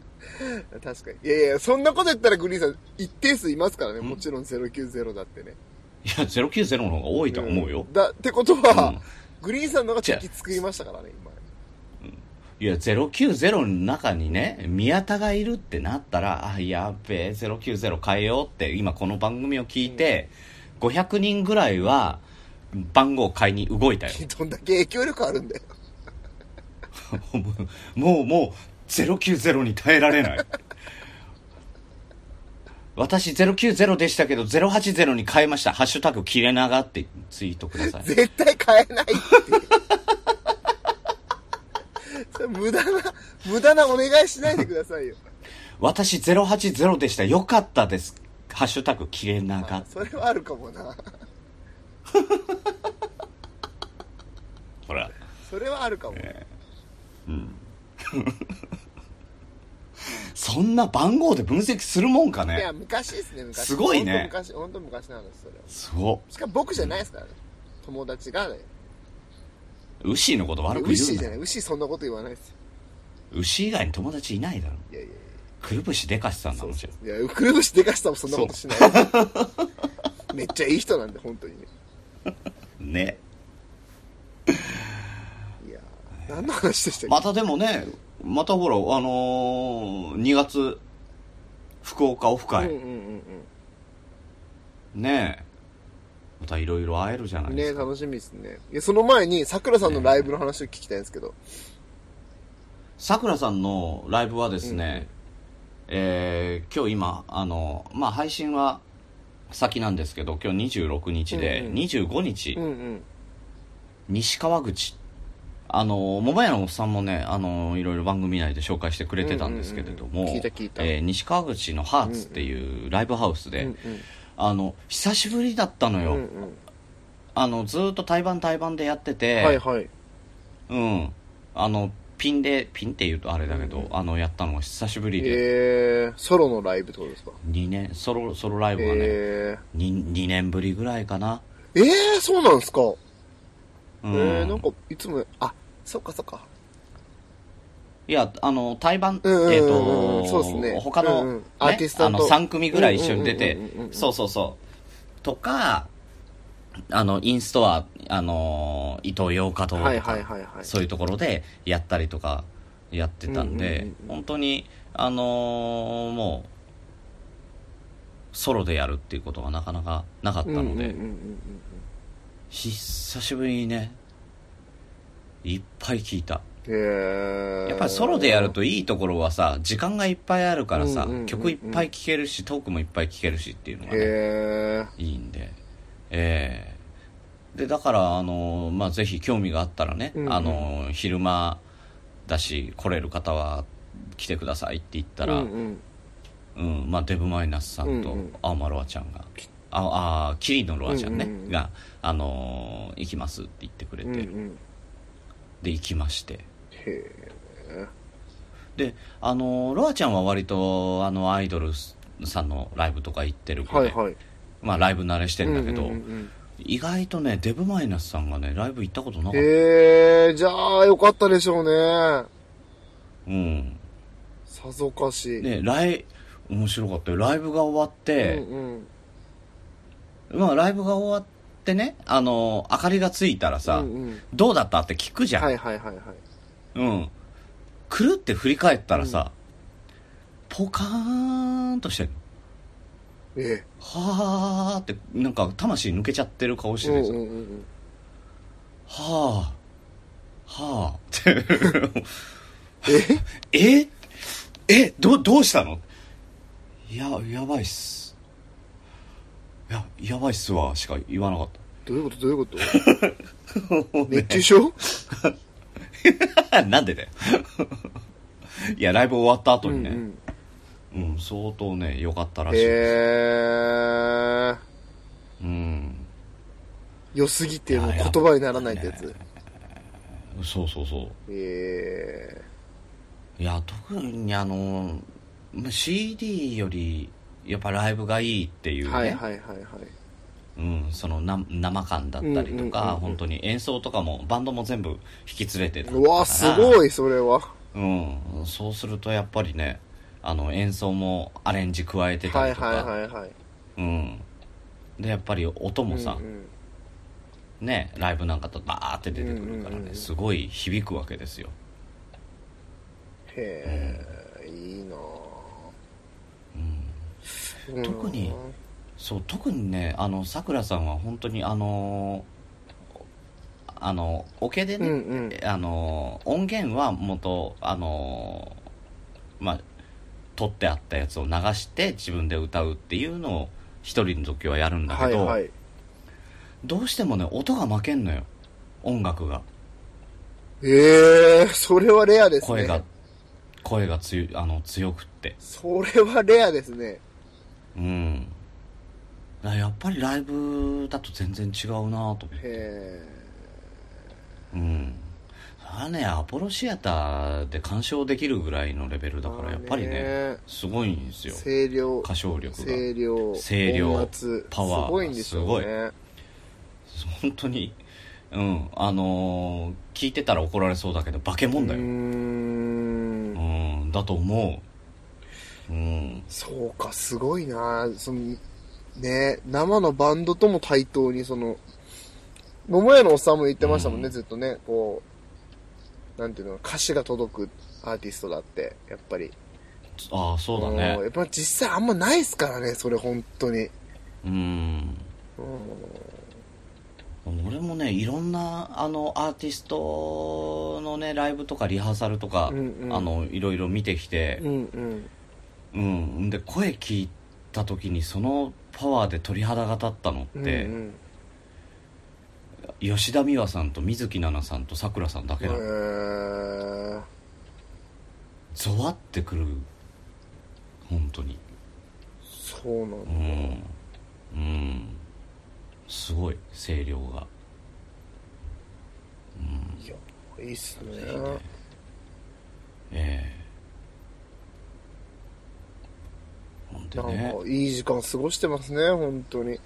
Speaker 1: 確かにいやいやそんなこと言ったらグリーンさん一定数いますからねもちろん090だってね
Speaker 3: いや090の方が多いと思うよ、
Speaker 1: だってことは、
Speaker 3: うん
Speaker 1: グリーンさんの方が敵作りましたからね
Speaker 3: い
Speaker 1: 今
Speaker 3: や090の中にね宮田がいるってなったらあやっべえ090変えようって今この番組を聞いて、500人ぐらいは番号買いに動いたよ
Speaker 1: どんだけ影響力あるんだよ
Speaker 3: [LAUGHS] もうもう090に耐えられ
Speaker 1: [LAUGHS]
Speaker 3: ない私090でしたけど080に変えました「ハッシュタグ切れ長」ってツイートくだ
Speaker 1: [LAUGHS]
Speaker 3: さい
Speaker 1: 絶対買えないって [LAUGHS] いう。それ無駄な、無駄なお願いしないでくださ
Speaker 3: [LAUGHS]
Speaker 1: いよ。
Speaker 3: 私080でしたよかったです「ハッシュタグ切れ長」
Speaker 1: それはあるかもな。
Speaker 3: ほら
Speaker 1: それはあるかも。
Speaker 3: そんな番号で分析するもんか
Speaker 1: い
Speaker 3: ね
Speaker 1: や、昔ですね、昔。
Speaker 3: すごいね
Speaker 1: 本当昔、本当昔なんです、それは。
Speaker 3: そ
Speaker 1: しかも僕じゃないですからね。友達がね。
Speaker 3: うウッシーのこと悪く
Speaker 1: ウッシ
Speaker 3: 言
Speaker 1: ーじ
Speaker 3: う
Speaker 1: ゃな。
Speaker 3: ない
Speaker 1: ウッシーそんなこと言わないですよ。
Speaker 3: ウッシー以外に友達いないだろ
Speaker 1: いやいやいや。
Speaker 3: くるぶしでかしさんなのじゃ
Speaker 1: いや、くるぶしでかしさんもそんなこ
Speaker 3: [LAUGHS]
Speaker 1: としない。めっちゃいい人なんで、本当にね。
Speaker 3: ね
Speaker 1: いや、何の話でしたっけ、
Speaker 3: またでもねまたほらあのー、2月福岡オフ
Speaker 1: うん
Speaker 3: 会
Speaker 1: うんうんうん。
Speaker 3: ねえまたいろいろ会えるじゃないで
Speaker 1: ね
Speaker 3: すか、
Speaker 1: 楽しみですね。いや、その前に、桜さんのライブの話を聞きたいんですけど。
Speaker 3: さくらさんのライブはですね、えー今日今あの、まあ、配信は先なんですけど今日26日で、
Speaker 1: うんうん
Speaker 3: 25日、
Speaker 1: うんうん。
Speaker 3: 西川口あの桃屋のおっさんもねあのいろいろ番組内で紹介してくれてたんですけれども、
Speaker 1: うんうんうん聞いた聞いた
Speaker 3: えー西川口のハーツっていうライブハウス
Speaker 1: う
Speaker 3: で、
Speaker 1: んうん。
Speaker 3: あの久しぶりだったの
Speaker 1: う
Speaker 3: よ、
Speaker 1: んうん。
Speaker 3: あのずーっと対バン対バンでやってて、
Speaker 1: はいはい。
Speaker 3: うんあのピンでピンって言うとあれだけど、
Speaker 1: うんう
Speaker 3: あのやったのが久しぶりで、
Speaker 1: えー、ソロのライブってことですか
Speaker 3: 2年ソロソロライブがね、
Speaker 1: え
Speaker 3: 2, 2年ぶりぐらいかな、
Speaker 1: ー、えー、そうなんですか、
Speaker 3: うん
Speaker 1: えー、なんか、いつも、あ、そっかそっか。
Speaker 3: いやあの対バン、
Speaker 1: うんうんうんうん
Speaker 3: えっと
Speaker 1: そうっすね
Speaker 3: 他の、
Speaker 1: うんうん
Speaker 3: ね
Speaker 1: アーティストと
Speaker 3: あの3組ぐらい一緒に出て
Speaker 1: うんうんうんうんうん
Speaker 3: そうそうそうとかあのインストアあの伊東洋華堂とか、
Speaker 1: はいはいはいはい。
Speaker 3: そういうところでやったりとかやってたんで、
Speaker 1: うんうんうんうん
Speaker 3: 本当にあのーもうソロでやるっていうことがなかなかなかった
Speaker 1: うんうんう
Speaker 3: の
Speaker 1: ん
Speaker 3: で、
Speaker 1: うん
Speaker 3: 久しぶりにねいっぱい聞いた
Speaker 1: うん。えー。
Speaker 3: やっぱりソロでやるといいところはさ時間がいっぱいあるからさ、
Speaker 1: うんうんうんうん
Speaker 3: 曲いっぱい聴けるしトークもいっぱい聴けるしっていうのがね、
Speaker 1: えー。
Speaker 3: いいんでええでだからあのまあぜひ興味があったらね、
Speaker 1: うんうん
Speaker 3: あの昼間だし来れる方は来てくださいって言ったら、う
Speaker 1: うん
Speaker 3: ん
Speaker 1: うん、
Speaker 3: まあ、デブマイナスさんと
Speaker 1: うんうん
Speaker 3: 青間ロアちゃんが。ああキリのロアちゃんね、
Speaker 1: うんうんうん
Speaker 3: が、あの行きますって言ってくれて、
Speaker 1: うんうん。
Speaker 3: で行きまして
Speaker 1: へ
Speaker 3: であのロアちゃんは割とあのアイドルさんのライブとか行ってる
Speaker 1: ー。
Speaker 3: 子
Speaker 1: は
Speaker 3: で、
Speaker 1: いはい。
Speaker 3: まあ、ライブ慣れしてんだけど、
Speaker 1: うんうんうん
Speaker 3: 意外とねデブマイナスさんがねライブ行ったことなかった、
Speaker 1: へえ、じゃあ、よかったでしょうね。
Speaker 3: うん
Speaker 1: さぞかし。
Speaker 3: でライ面白かったよライブが終わっ
Speaker 1: うん
Speaker 3: て、
Speaker 1: うん。
Speaker 3: まあ、ライブが終わってねあの明かりがついたらさ、
Speaker 1: うんうん
Speaker 3: どうだったって聞くじゃん、
Speaker 1: はいはいはいはい。
Speaker 3: うんくるって振り返ったらさ、ポカーンとしてる
Speaker 1: え
Speaker 3: はーってなんか魂抜けちゃってる顔し
Speaker 1: え。
Speaker 3: てて
Speaker 1: うん
Speaker 3: さ、
Speaker 1: うんうん
Speaker 3: はあはあって
Speaker 1: え
Speaker 3: [LAUGHS] ええどどうしたのいややばいっすいややばいっすわしか言わなかっ
Speaker 1: どういうことどういうこと
Speaker 3: [LAUGHS]
Speaker 1: 熱中症
Speaker 3: た [LAUGHS] なんでだよいやライブ終わった後
Speaker 1: う
Speaker 3: に
Speaker 1: ん
Speaker 3: ね、
Speaker 1: う
Speaker 3: うん
Speaker 1: ん。
Speaker 3: 相当ね良かったらしいです、
Speaker 1: へえ。
Speaker 3: うん
Speaker 1: 良すぎてもう言葉にならないってやつ。
Speaker 3: そうそうそう
Speaker 1: え
Speaker 3: いや特にあのまあ CD よりやっぱライブがいいってい
Speaker 1: え。
Speaker 3: うね、
Speaker 1: はいはいはいはい。
Speaker 3: うん、そのな生感だったりとか、
Speaker 1: うんうんうんうん
Speaker 3: 本当に演奏とかもバンドも全部引き連れてたから
Speaker 1: うわ、すごい、それは。
Speaker 3: うん、そうするとやっぱりねあの演奏もアレンジ加えてた
Speaker 1: は
Speaker 3: り
Speaker 1: い
Speaker 3: とか、
Speaker 1: はいはいはい。
Speaker 3: うん、でやっぱり音もさ、
Speaker 1: うんうん
Speaker 3: ね、ライブなんかとバーって出てくるからね、
Speaker 1: うんうんうん
Speaker 3: すごい響くわけですよ
Speaker 1: へえ、いいなぁうん
Speaker 3: 特にそう特にねあのさくらさんは本当にあのーあのオケで
Speaker 1: う
Speaker 3: ね、
Speaker 1: んうん。
Speaker 3: あの音源は元あのまあ撮ってあったやつを流して自分で歌うっていうのを一人の時はやるんだ
Speaker 1: は
Speaker 3: け
Speaker 1: い
Speaker 3: ど、
Speaker 1: はい。
Speaker 3: どうしてもね音が負けんのよ音楽が
Speaker 1: ええ、それはレアですね。
Speaker 3: 声が、声が強いあの強くって
Speaker 1: それはレアですね。
Speaker 3: うんだからやっぱりライブだと全然違うなと思って
Speaker 1: へ
Speaker 3: うんあれねアポロシアターで鑑賞できるぐらいのレベル
Speaker 1: え。
Speaker 3: だからやっぱり
Speaker 1: まあ
Speaker 3: ね
Speaker 1: ね
Speaker 3: すごいんですよ
Speaker 1: 声量、
Speaker 3: 歌唱力が
Speaker 1: 声量、
Speaker 3: 声量
Speaker 1: 音圧
Speaker 3: パワー
Speaker 1: すごいんですよね。
Speaker 3: 本当にうんあのー聞いてたら怒られそうだけど化け物だ
Speaker 1: う
Speaker 3: よ
Speaker 1: ー。
Speaker 3: うんんだと思ううん
Speaker 1: そうか、すごいなその、ね生のバンドとも対等に、その、桃屋のおっさんも言ってましたもんね、
Speaker 3: うん
Speaker 1: ずっとね、こう、なんていうの、歌詞が届くアーティストだって、やっぱり。
Speaker 3: ああそうだ
Speaker 1: ん
Speaker 3: ね
Speaker 1: やっぱ実際あんまないっすからね、それ本当に。
Speaker 3: うん
Speaker 1: うん
Speaker 3: 俺もねいろんなあのアーティストのねライブとかリハーサルとか、
Speaker 1: うんうん
Speaker 3: あのいろいろ見てきて
Speaker 1: う、んうん
Speaker 3: うんで声聞いた時にそのパワーで鳥肌が立ったの
Speaker 1: う
Speaker 3: っ
Speaker 1: ん
Speaker 3: て、
Speaker 1: うん
Speaker 3: 吉田美和さんと水木奈々さんとさくらさんだけ
Speaker 1: へ
Speaker 3: だ、
Speaker 1: ー
Speaker 3: ゾワってくる本当に
Speaker 1: そうなん
Speaker 3: う
Speaker 1: だ
Speaker 3: んうんすごい声量が
Speaker 1: いやいいっすね
Speaker 3: ええほんで
Speaker 1: なん
Speaker 3: ね
Speaker 1: かいい時間過ごしてますね本当に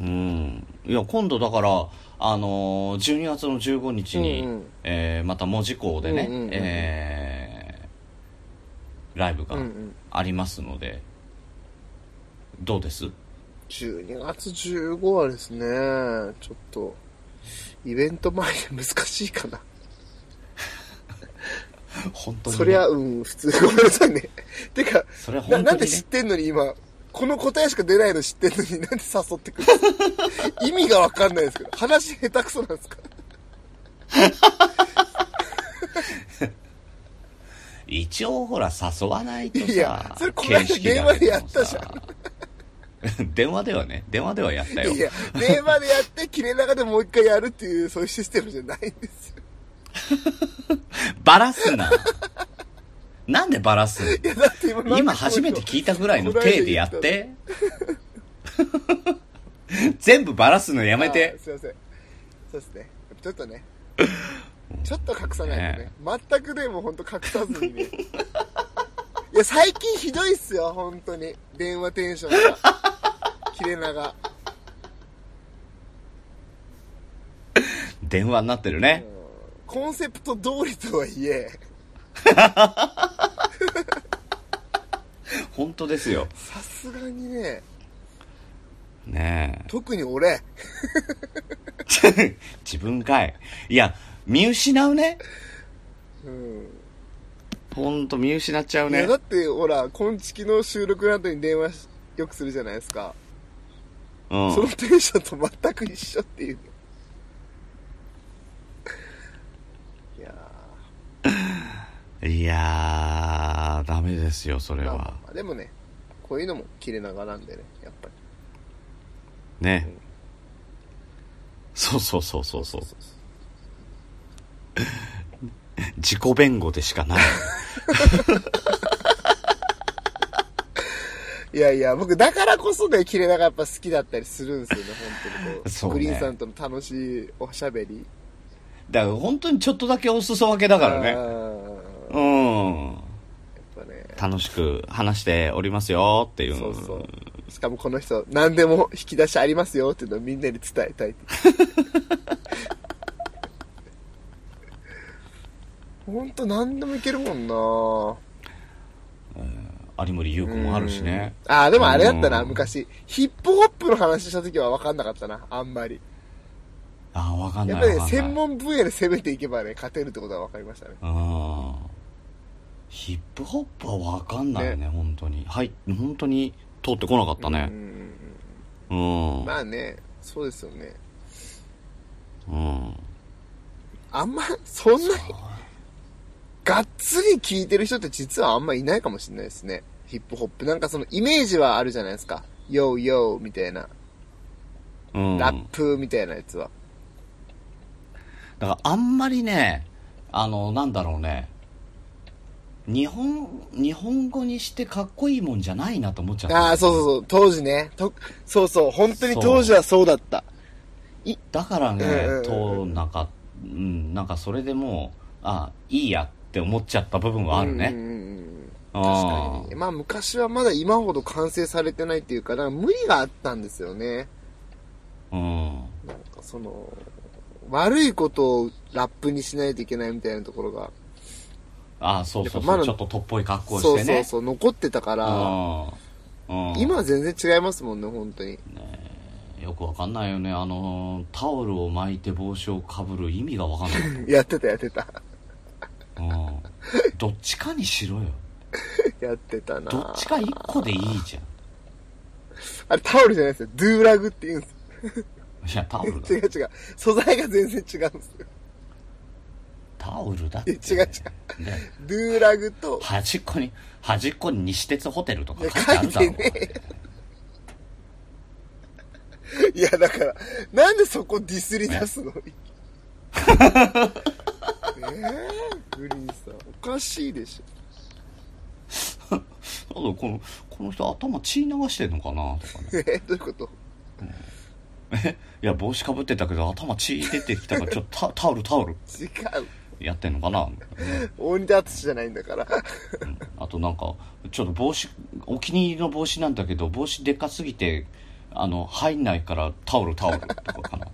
Speaker 3: うんいや今度だからあのー12月の15日に、
Speaker 1: うんうん
Speaker 3: えーまた門司港でね、
Speaker 1: うんうんうん
Speaker 3: えーライブが
Speaker 1: うんうん
Speaker 3: ありますので、どうです
Speaker 1: 12月15はですねちょっとイベント前で難しいかな
Speaker 3: 本当にね、
Speaker 1: そりゃうん普通ごめんなさいね [LAUGHS] てか
Speaker 3: それは
Speaker 1: な
Speaker 3: 本
Speaker 1: な
Speaker 3: 当
Speaker 1: ん
Speaker 3: に、ね
Speaker 1: で、知ってんのに今、この答えしか出ないの知ってんのになんで誘ってくるんですか [LAUGHS] 意味がわかんないですけど、話下手くそなんですか
Speaker 3: 一応ほら誘わないとさ
Speaker 1: いやそれこの間電話でやったじゃ
Speaker 3: ん [LAUGHS] 電話ではね電話ではやったよ
Speaker 1: いや、電話でやって、切れ長でもう一回やるっていう、そういうシステムじゃないんですよ。
Speaker 3: バラす
Speaker 1: [LAUGHS]
Speaker 3: ななんでバラす
Speaker 1: いや、だって今なん
Speaker 3: [LAUGHS]
Speaker 1: か
Speaker 3: 今初めて聞いたぐらいの手でやって。全部バラすのや
Speaker 1: あ
Speaker 3: めて
Speaker 1: ー。すいません。そうですね。ちょっとね。ちょっと隠さないとね。全くでも本当隠さずにね。いや、最近ひどいっすよ、本当に。電話テンションが。切れ長。
Speaker 3: 電話になってるね。
Speaker 1: コンセプト通りとはいえ、
Speaker 3: 本当ですよ。
Speaker 1: さすがにね、
Speaker 3: ね
Speaker 1: 特に俺、
Speaker 3: え。 [LAUGHS] 自分かい。いや、見失うね。
Speaker 1: うん。
Speaker 3: ほんと見失っちゃう
Speaker 1: いや
Speaker 3: ね
Speaker 1: だ。って、ほら、今月の収録の後に電話しよくするじゃないですか。
Speaker 3: うん。
Speaker 1: そのテンションと全く一緒っていう。いや
Speaker 3: いやー、ダメですよ、それ
Speaker 1: ー、まあま
Speaker 3: は
Speaker 1: あ。まあでもね、こういうのも切れ長なんでね、やっぱり。
Speaker 3: ね。そうそうそうそう [LAUGHS] そう。自己弁護でしかない。
Speaker 1: いやいや、僕、だからこそね、切れ長やっぱ好きだったりするんですよね、本当にこ
Speaker 3: [LAUGHS]
Speaker 1: う。
Speaker 3: そう
Speaker 1: グ
Speaker 3: ね
Speaker 1: リーンさんとの楽しいおしゃべり。
Speaker 3: [LAUGHS] だから本当にちょっとだけお裾分けだから
Speaker 1: あ
Speaker 3: ね。
Speaker 1: ー
Speaker 3: うん。
Speaker 1: やっぱね。
Speaker 3: 楽しく話しておりますよっていう
Speaker 1: そうそう。しかもこの人、何でも引き出しありますよっていうのをみんなに伝え
Speaker 3: [LAUGHS]
Speaker 1: たい。ほんと何でもいけるもんな
Speaker 3: 有森優子もあるしね
Speaker 1: ああ、でもあれだったな、
Speaker 3: うん
Speaker 1: 昔。ヒップホップの話した時は分かんなかったな、あんまり。
Speaker 3: ああ分かん
Speaker 1: やっ
Speaker 3: な
Speaker 1: ぱ
Speaker 3: い
Speaker 1: り
Speaker 3: わ
Speaker 1: ね、
Speaker 3: かんない
Speaker 1: 専門分野で攻めていけばね、勝てるってことは分かりましたね。
Speaker 3: うんヒップホップは分かんないよね本当にはい本当に通ってこなかった
Speaker 1: う
Speaker 3: ね
Speaker 1: ん。
Speaker 3: うん、うん
Speaker 1: まあね、そうですよね。あんま、そんなに、がっつり聴いてる人って実はあんまいないかもしれないですね。ヒップホップ。なんかそのイメージはあるじゃないですか。ヨーヨーみたいな。
Speaker 3: うん
Speaker 1: ラップみたいなやつは。
Speaker 3: だからあんまりねあのなんだろうね日本日本語にしてかっこいいもんじゃないなと思っちゃった
Speaker 1: ああ、そうそうそう。当時ね。とそうそう。本当に
Speaker 3: そう
Speaker 1: 当時はそうだった。
Speaker 3: だからね、
Speaker 1: うんうんうん
Speaker 3: となんかうんなんかそれでもうあいいやって思っちゃった部分はある
Speaker 1: うん
Speaker 3: ね、
Speaker 1: うんうん
Speaker 3: うん、
Speaker 1: 確かに。まあ昔はまだ今ほど完成されてないっていうか、なんか無理があったんですよね。
Speaker 3: うん
Speaker 1: なんかその、悪いことをラップにしないといけないみたいなところが、
Speaker 3: ああそうそう
Speaker 1: やっぱ
Speaker 3: そ
Speaker 1: ま
Speaker 3: う、
Speaker 1: だ
Speaker 3: ちょっととっぽい格好を
Speaker 1: そ
Speaker 3: して
Speaker 1: うそう
Speaker 3: ね
Speaker 1: そう、残ってたから、
Speaker 3: うんうん
Speaker 1: 今は全然違いますもんね、本当に。
Speaker 3: よくわかんないよねあのタオルを巻いて帽子をかぶる意味がわかんない、
Speaker 1: [LAUGHS] やってたやってた [LAUGHS]
Speaker 3: うん、どっちかにしろよ
Speaker 1: やってたな
Speaker 3: どっちか一個でいいじゃん
Speaker 1: あれタオルじゃないですよ。ドゥーラグって言うんです
Speaker 3: いやタオルだ
Speaker 1: [LAUGHS] よ。違う違う。素材が全然違うんですよ。
Speaker 3: タオルだって、
Speaker 1: いや違う
Speaker 3: 違うで
Speaker 1: ドゥーラグと、
Speaker 3: 端っこに端っこに西鉄ホテルとか
Speaker 1: いや
Speaker 3: 書いてあるだろ
Speaker 1: 書いてねいやだから、なんでそこディスり出すのね [LAUGHS] え、グリーンさん。おかしいでし
Speaker 3: あとこのこの人頭血流してんのかなとかね
Speaker 1: ょ。え、どういうこと
Speaker 3: いや帽子かぶってたけど頭血出てきた [LAUGHS] からちょっとタタオルタオル
Speaker 1: 違う。
Speaker 3: やってんのかな、ね
Speaker 1: 大仁田敦じゃないんだから。 [LAUGHS]
Speaker 3: うんあとなんかちょっと帽子お気に入りの帽子なんだけど帽子でかすぎてあの入んないからタオルタオルとかかな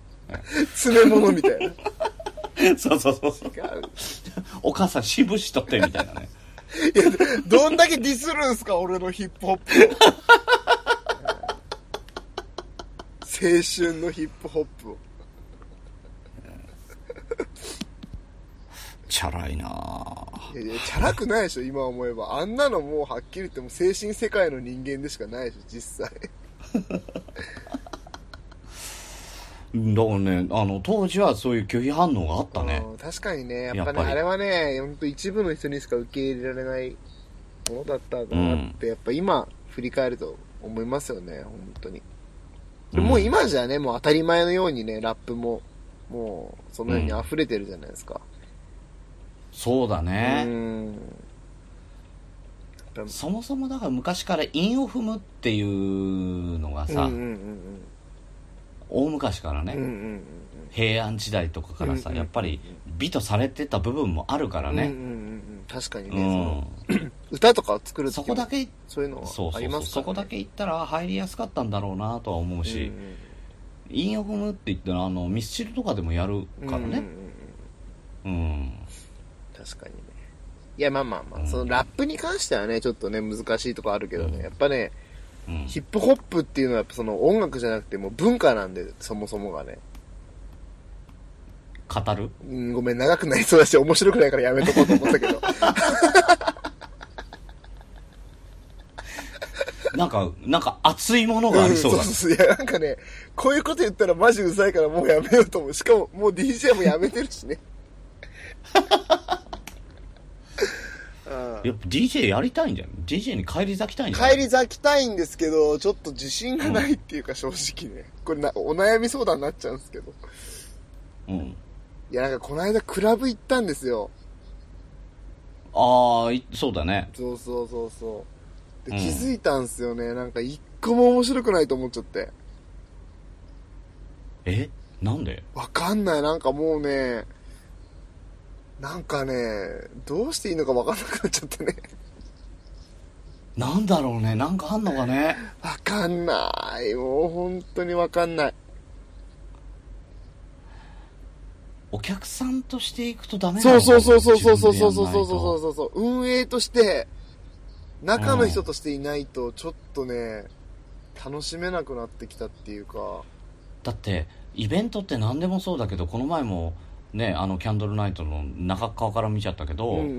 Speaker 1: 詰め物みたいな。違
Speaker 3: そうそうそうそう
Speaker 1: う。
Speaker 3: お母さんしぶしとってみたいなね
Speaker 1: いや、どんだけディスるんすか、俺のヒップホップを。青春のヒップホップを。
Speaker 3: チャラいなぁ
Speaker 1: いやいや、チャラくないでしょ、今思えば。あんなのもうはっきり言っても精神世界の人間でしかないでしょ、実際。
Speaker 3: だからねあの当時はそういう拒否反応があったね
Speaker 1: うん確かにね、やっ
Speaker 3: や
Speaker 1: ぱ
Speaker 3: っ
Speaker 1: ね、
Speaker 3: ぱり
Speaker 1: あれはね、本当一部の人にしか受け入れられないものだったんだなって、やっぱ今振り返ると思いますよね、本当に。で
Speaker 3: うん
Speaker 1: もう今じゃね、もう当たり前のようにね、ラップも、もう、そのように溢れてるじゃないですか。
Speaker 3: そうだ
Speaker 1: う
Speaker 3: ね、
Speaker 1: ん。やっ
Speaker 3: そもそもだから昔から韻を踏むっていうのが
Speaker 1: ぱ
Speaker 3: さ、
Speaker 1: うんうんうん
Speaker 3: 大昔からね、
Speaker 1: うん。うんうんうん
Speaker 3: 平安時代とかからさ、
Speaker 1: うんうん
Speaker 3: やっぱり美とされてた部分もあるから
Speaker 1: うん。うんうん
Speaker 3: ね、
Speaker 1: うん。確かに
Speaker 3: うん
Speaker 1: ね、その歌とかを作る
Speaker 3: そ
Speaker 1: 時
Speaker 3: こ
Speaker 1: も
Speaker 3: だけ
Speaker 1: そういうの
Speaker 3: そう
Speaker 1: はあ
Speaker 3: そう
Speaker 1: り
Speaker 3: そ
Speaker 1: ま
Speaker 3: う
Speaker 1: す
Speaker 3: そこだけ行ったら入りやすかったんだろうなとは思う
Speaker 1: うん
Speaker 3: し韻、を踏むって言ったらあのミスチルとかでもやる
Speaker 1: うんうん
Speaker 3: から
Speaker 1: うん
Speaker 3: ね
Speaker 1: うんうん
Speaker 3: うん、
Speaker 1: 確かにね。いや、まあまあまあ、
Speaker 3: うん
Speaker 1: そのラップに関してはね、ちょっとね、難しいとこあるけどね、
Speaker 3: うん
Speaker 1: やっぱね、
Speaker 3: うん
Speaker 1: ヒップホップっていうのはやっぱその音楽じゃなくてもう文化なんで、そもそもがね。
Speaker 3: 語る
Speaker 1: うん、ごめん、長くなりそうだし、面白くないからやめとこうと思ったけど。
Speaker 3: なんかなんか熱いものがありそうだ、
Speaker 1: んそうそうそう。いや、なんかね、こういうこと言ったらマジうざいからもうやめようと思う。しかも、もう DJ もやめて
Speaker 3: [LAUGHS]
Speaker 1: るしね。うん
Speaker 3: やっぱ DJ やりたいんだよ DJ に帰り咲きたいんだよ
Speaker 1: 帰り咲きたいんですけど、ちょっと自信がないっていうか、正直ね。これな、お悩み相談になっちゃうんですけど。
Speaker 3: うん
Speaker 1: いや、なんかこの間クラブ行ったんですよ。
Speaker 3: ああそうだね
Speaker 1: そうそうそうそう。で、
Speaker 3: うん
Speaker 1: 気づいたんすよね。なんか一個も面白くないと思っちゃって。
Speaker 3: えなんで
Speaker 1: わかんない。なんかもうね、なんかね、どうしていいのかわかんなくなっちゃってね。 [LAUGHS]
Speaker 3: なんだろうねなんかあんのかね
Speaker 1: わかんない。もう本当にわかんない。
Speaker 3: お客さんとしていくとダメな
Speaker 1: そ
Speaker 3: の
Speaker 1: うそうそうそうそうそう
Speaker 3: 自
Speaker 1: そう
Speaker 3: 分でやんないう
Speaker 1: そうそ
Speaker 3: と
Speaker 1: そうそうそう。運営として、中の人としていないと、ちょっとね、楽しめなくなってきたっていうか。
Speaker 3: だってイベントって何でもそうだけどこの前もねあのキャンドルナイトの中側から見ちゃったけど、
Speaker 1: うんうんうんう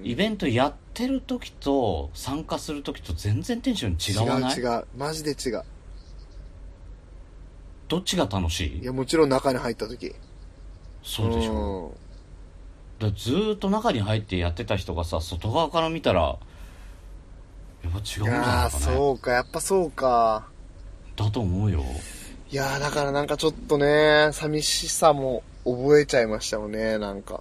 Speaker 1: ん。
Speaker 3: イベントやってる時と参加する時と全然テンション違わない
Speaker 1: 違う違う。マジで違う。
Speaker 3: どっちが楽し
Speaker 1: い
Speaker 3: い
Speaker 1: や、もちろん中に入った時。
Speaker 3: そうでしょだからずーっと中に入ってやってた人がさ外側から見たらやっぱ違うんじ
Speaker 1: いや
Speaker 3: ゃ
Speaker 1: ー、
Speaker 3: ないかね
Speaker 1: そうか、やっぱそうか。
Speaker 3: だと思うよ
Speaker 1: いやー、だからなんかちょっとね、寂しさも覚えちゃいましたよね、なんか。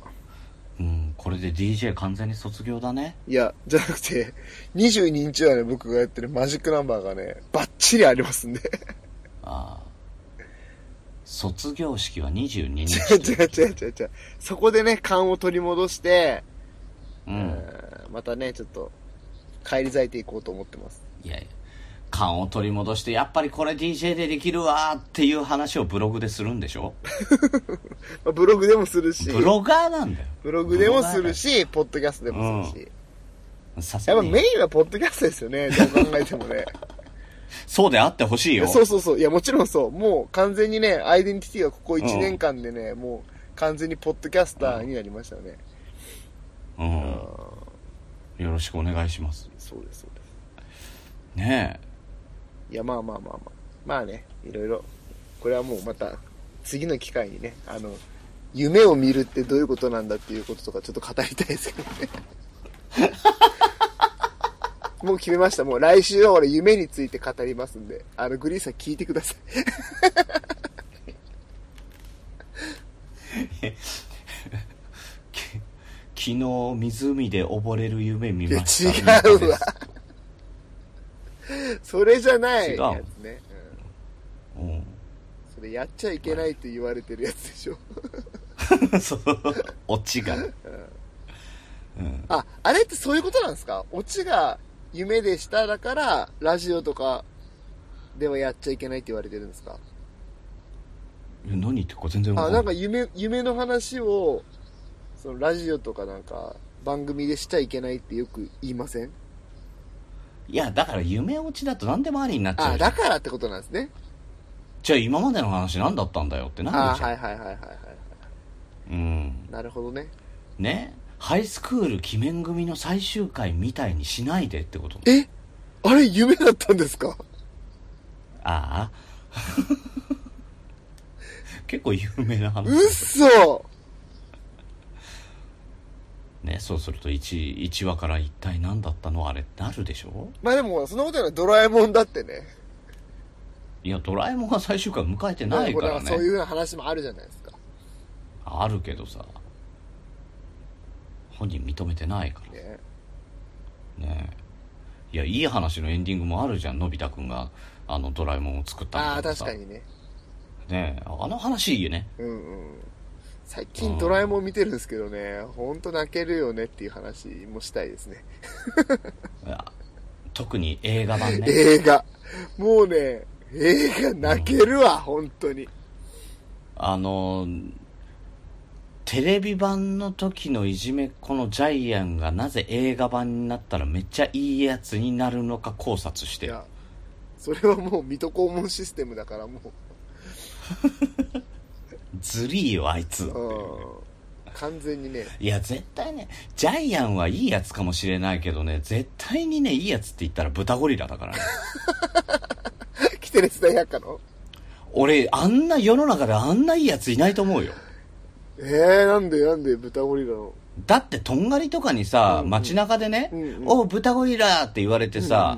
Speaker 3: うんこれで DJ 完全に卒業だね
Speaker 1: いや、じゃなくて、22日はね、僕がやってるマジックナンバーがね、バッチリありますんで。 [LAUGHS]
Speaker 3: ああ卒業式は22日
Speaker 1: [LAUGHS] 違う違う違う違う違う。そこでね、勘を取り戻して、
Speaker 3: うん
Speaker 1: えーまたね、ちょっと、帰り咲いていこうと思ってます。
Speaker 3: いやいや勘を取り戻してやっぱりこれ DJ でできるわーっていう話をブログでするんでし
Speaker 1: [LAUGHS]
Speaker 3: ょ
Speaker 1: まあブログでもするし、
Speaker 3: ブロガーなんだよ
Speaker 1: ブログでもするし、ポッドキャストでもするし。
Speaker 3: さす
Speaker 1: やっ
Speaker 3: が
Speaker 1: ぱ
Speaker 3: に
Speaker 1: メインはポッドキャストですよね、どう考えてもね。
Speaker 3: そうであってほしい
Speaker 1: い
Speaker 3: よ
Speaker 1: やそうそうそう。いや、もちろんそう。もう完全にね、アイデンティティがここ1年間でね、もう完全にポッドキャスターになりましたよね。
Speaker 3: うん、よろしくお願いします
Speaker 1: そうです、そうです。
Speaker 3: ねえ
Speaker 1: いや、まあまあまあまあ。まあね、いろいろ。これはもうまた、次の機会にね、あの、夢を見るってどういうことなんだっていうこととかちょっと語りたいですけど
Speaker 3: [LAUGHS]
Speaker 1: ね。もう決めました。もう来週は俺夢について語りますんで、あの、グリーンさん聞いてください。
Speaker 3: [LAUGHS] 昨日湖で溺れる夢見
Speaker 1: いや、
Speaker 3: ました
Speaker 1: 違う
Speaker 3: で
Speaker 1: わ
Speaker 3: す。
Speaker 1: それじゃない
Speaker 3: 違う
Speaker 1: やつね。うん
Speaker 3: うん
Speaker 1: それやっちゃいけないって言われてるやつでしょ。
Speaker 3: そうオチが、うん、
Speaker 1: あ、あれってそういうことなんですかオチが夢でしただから、ラジオとかではやっちゃいけないって言われてるんですか
Speaker 3: いや何言ってるか全然わ
Speaker 1: あ、
Speaker 3: か
Speaker 1: なん
Speaker 3: んな
Speaker 1: か
Speaker 3: い
Speaker 1: 夢、夢の話を、そのラジオとかなんか、番組でしちゃいけないってよく言いません
Speaker 3: いやだから夢落ちだと何でもありになっちゃ
Speaker 1: あ、
Speaker 3: うじゃ
Speaker 1: だ
Speaker 3: ん
Speaker 1: からってことなんですね。
Speaker 3: じゃあ今までの話何だったんだよってな
Speaker 1: あ
Speaker 3: るじゃん、
Speaker 1: はいはいはいはいは
Speaker 3: うん
Speaker 1: い。なるほどね。
Speaker 3: ねハイスクール鬼面組の最終回みたいにしないでってこと
Speaker 1: えあれ夢だったんですか
Speaker 3: あ [LAUGHS] あ結構有名な話
Speaker 1: うっそ
Speaker 3: ねそうすると 1, 1話から一体何だったのあれってなるでしょ
Speaker 1: まあでも、そのことはドラえもんだってね。
Speaker 3: いやドラえもんは最終回迎えてないから
Speaker 1: なんかそうい
Speaker 3: ね
Speaker 1: うような話もあるじゃないですか。
Speaker 3: あるけどさ本人認めてないか
Speaker 1: ね、
Speaker 3: らねいやいい話のエンディングもあるじゃんのび太くんがあのドラえもんを作ったみ
Speaker 1: あ
Speaker 3: た
Speaker 1: あ、
Speaker 3: いな
Speaker 1: 確
Speaker 3: さ
Speaker 1: かにね。
Speaker 3: ねあの話いいよね
Speaker 1: うんうん。最近ドラえもん見てるんですけどね、ほんと泣けるよねっていう話もしたいですね。
Speaker 3: いや特に映画版ね
Speaker 1: 映画。もうね、映画泣けるわ、ほんとに。
Speaker 3: あの、テレビ版の時のいじめっ子のジャイアンがなぜ映画版になったらめっちゃいいやつになるのか考察し
Speaker 1: い
Speaker 3: てよ
Speaker 1: や、それはもう水戸黄門システムだからも、
Speaker 3: ずりーよ、あいつっていううね。
Speaker 1: うん。完全にね、 [LAUGHS]
Speaker 3: いや、絶対ね、ジャイアンはいいやつかもしれないけどね、絶対にね、いいやつって言ったら豚ゴリラだ
Speaker 1: [LAUGHS]
Speaker 3: からね。
Speaker 1: キテレツ大百科の
Speaker 3: 俺、あんな、世の中であんないいやついないと思うよ。
Speaker 1: えー、なんでなんで豚ゴリラの。
Speaker 3: だって、とんがりとかにさ、
Speaker 1: うんうん
Speaker 3: 街中でね、
Speaker 1: うんうん
Speaker 3: おう、豚ゴリラって言われてさ、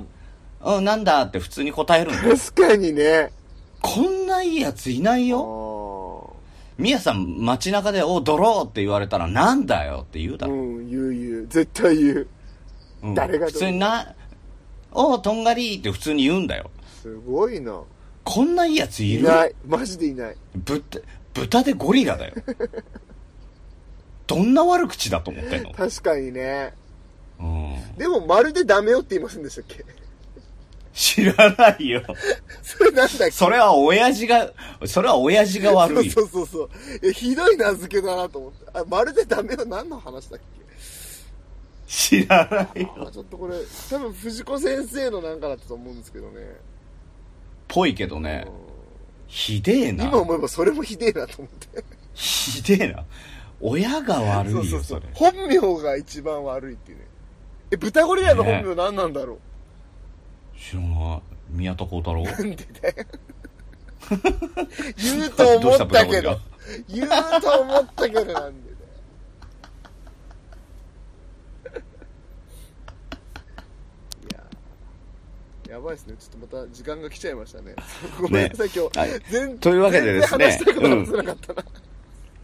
Speaker 3: うん、なんだって普通に答えるんだよ。
Speaker 1: 確かにね。
Speaker 3: こんないいやついない
Speaker 1: あ
Speaker 3: よ。
Speaker 1: ー
Speaker 3: みやさん街中で、お、ドローって言われたらなんだよって言うだ
Speaker 1: う
Speaker 3: ろ。
Speaker 1: ん、言う言う。絶対言う。
Speaker 3: うん
Speaker 1: 誰がドロー
Speaker 3: 普通にな、お、とんがりって普通に言うんだよ。
Speaker 1: すごいな。
Speaker 3: こんないいやつい
Speaker 1: い
Speaker 3: る
Speaker 1: ない。マジでいない。
Speaker 3: 豚、豚でゴリラだよ。どんな悪口だと思ってんの
Speaker 1: 確かにね。
Speaker 3: うん。
Speaker 1: でも、まるでダメよって言いませんでしたっけ [LAUGHS]
Speaker 3: 知らないよ。
Speaker 1: それなんだっけ
Speaker 3: それは親父が、それは親父が悪いよ。
Speaker 1: そうそうそうそう。え、ひどい名付けだなと思って。あ、まるでダメよ何の話だっけ
Speaker 3: 知らないよ。
Speaker 1: あちょっとこれ、多分藤子先生のなんかだったと思うんですけどね。
Speaker 3: ぽいけどね。ひでえな。
Speaker 1: 今思えばそれもひでえなと思って。
Speaker 3: ひでえな。親が悪いよ、それ。
Speaker 1: 本名が一番悪いっていうね。え、豚ゴリラの本名何なんだろ
Speaker 3: 知らない宮田幸太郎
Speaker 1: う、なんでだよ。言うと思ったけど
Speaker 3: ど。
Speaker 1: 言うと思ったけどなんでだよ。いやーやばいですね。ちょっとまた時間が来ちゃいましたね。ごめんなさい、今日。
Speaker 3: はい
Speaker 1: 全
Speaker 3: というわけでですね
Speaker 1: 全然話したいこと話せなかったな。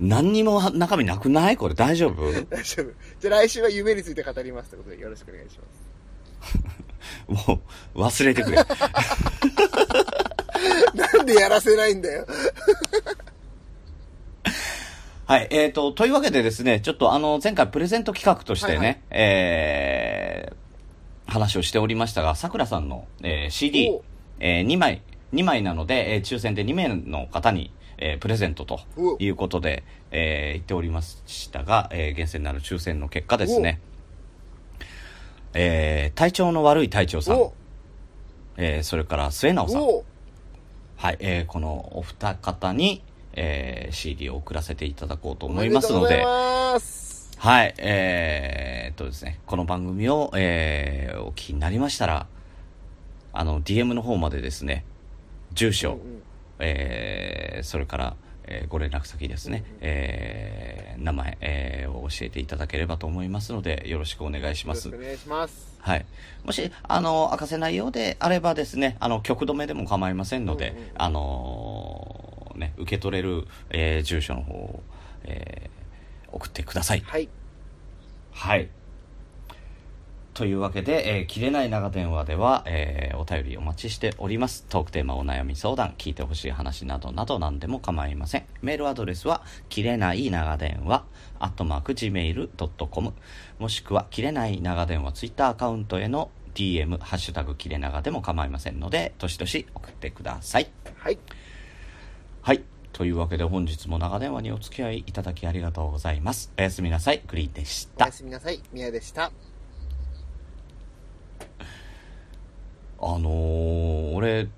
Speaker 3: 何にもは中身なくないこれ大丈夫
Speaker 1: 大丈夫。じゃあ来週は夢について語りますということでよろしくお願いします。
Speaker 3: もう忘れてくれ
Speaker 1: なんでやらせないんだよ。
Speaker 3: はいえー、とというわけでですねちょっとあの前回プレゼント企画としてね、
Speaker 1: はいはい
Speaker 3: えー話をしておりましたがさくらさんの、えー CD
Speaker 1: お、
Speaker 3: え2枚2枚なので、えー抽選で2名の方に、えープレゼントと
Speaker 1: お
Speaker 3: いうことで、えー言っておりましたが、えー厳選なる抽選の結果ですね、えー体調の悪い隊長さん
Speaker 1: お
Speaker 3: えーそれから末直さん、
Speaker 1: お
Speaker 3: はいえーこのお二方に、えー CD を送らせていただこうと
Speaker 1: お
Speaker 3: 思いますので
Speaker 1: めとうございます
Speaker 3: はいえーっとですねこの番組を、えーお聞きになりましたらあの DM の方までですね住所、
Speaker 1: うん
Speaker 3: えーそれから、えーご連絡先ですね、えー名前、えーを教えていただければと思いますのでよろしくお願いし
Speaker 1: よ
Speaker 3: ま
Speaker 1: ろし
Speaker 3: す
Speaker 1: くお願いします。
Speaker 3: はい、もしあの明かせないようであればですねあの曲止めでも構いませんので、
Speaker 1: うんうんうん
Speaker 3: あのーね、受け取れる、えー住所の方を、えー送ってください。
Speaker 1: はい。
Speaker 3: はいというわけで、えー切れない長電話では、えーお便りお待ちしております。トークテーマ、お悩み相談、聞いてほしい話などなど何でも構いません。メールアドレスは、切れない長電話、アットマーク、gmail.com、もしくは、切れない長電話、ツイッターアカウントへの DM、ハッシュタグ、切れ長でも構いませんので、どしどし送ってください。
Speaker 1: はい。
Speaker 3: はい。というわけで、本日も長電話にお付き合いいただきありがとうございます。おやすみなさい。グリーンでし
Speaker 1: お
Speaker 3: た
Speaker 1: や。すみなさい。宮でした。
Speaker 3: あのー俺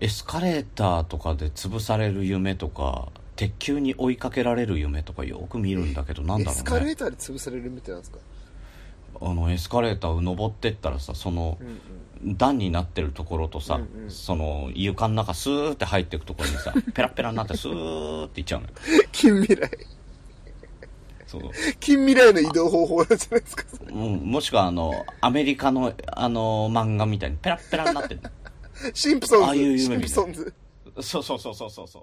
Speaker 3: エスカレーターとかで潰される夢とか鉄球に追いかけられる夢とかよく見るんだけどなん
Speaker 1: エ
Speaker 3: だ
Speaker 1: ス
Speaker 3: ろ
Speaker 1: カ
Speaker 3: う
Speaker 1: レ
Speaker 3: ね
Speaker 1: ーターで潰されるみたいなんですか
Speaker 3: あのエスカレーターを登ってったらさその
Speaker 1: うんうん。
Speaker 3: 段になってるところとさ、
Speaker 1: うんうん
Speaker 3: その床の中スーって入ってくところに
Speaker 1: [LAUGHS]
Speaker 3: さペラッペラになってスーっていっちゃうのよ
Speaker 1: 近未来。
Speaker 3: そう
Speaker 1: 近未来の移動方法なんじゃないですか
Speaker 3: うんもしくはあのアメリカのあの漫画みたいにペラッペラになってる
Speaker 1: シンプソ
Speaker 3: ああ
Speaker 1: ン
Speaker 3: いう
Speaker 1: ズ。
Speaker 3: 夢
Speaker 1: シ
Speaker 3: 見
Speaker 1: ン
Speaker 3: る
Speaker 1: プソンズ。
Speaker 3: そうそうそうそうそうそう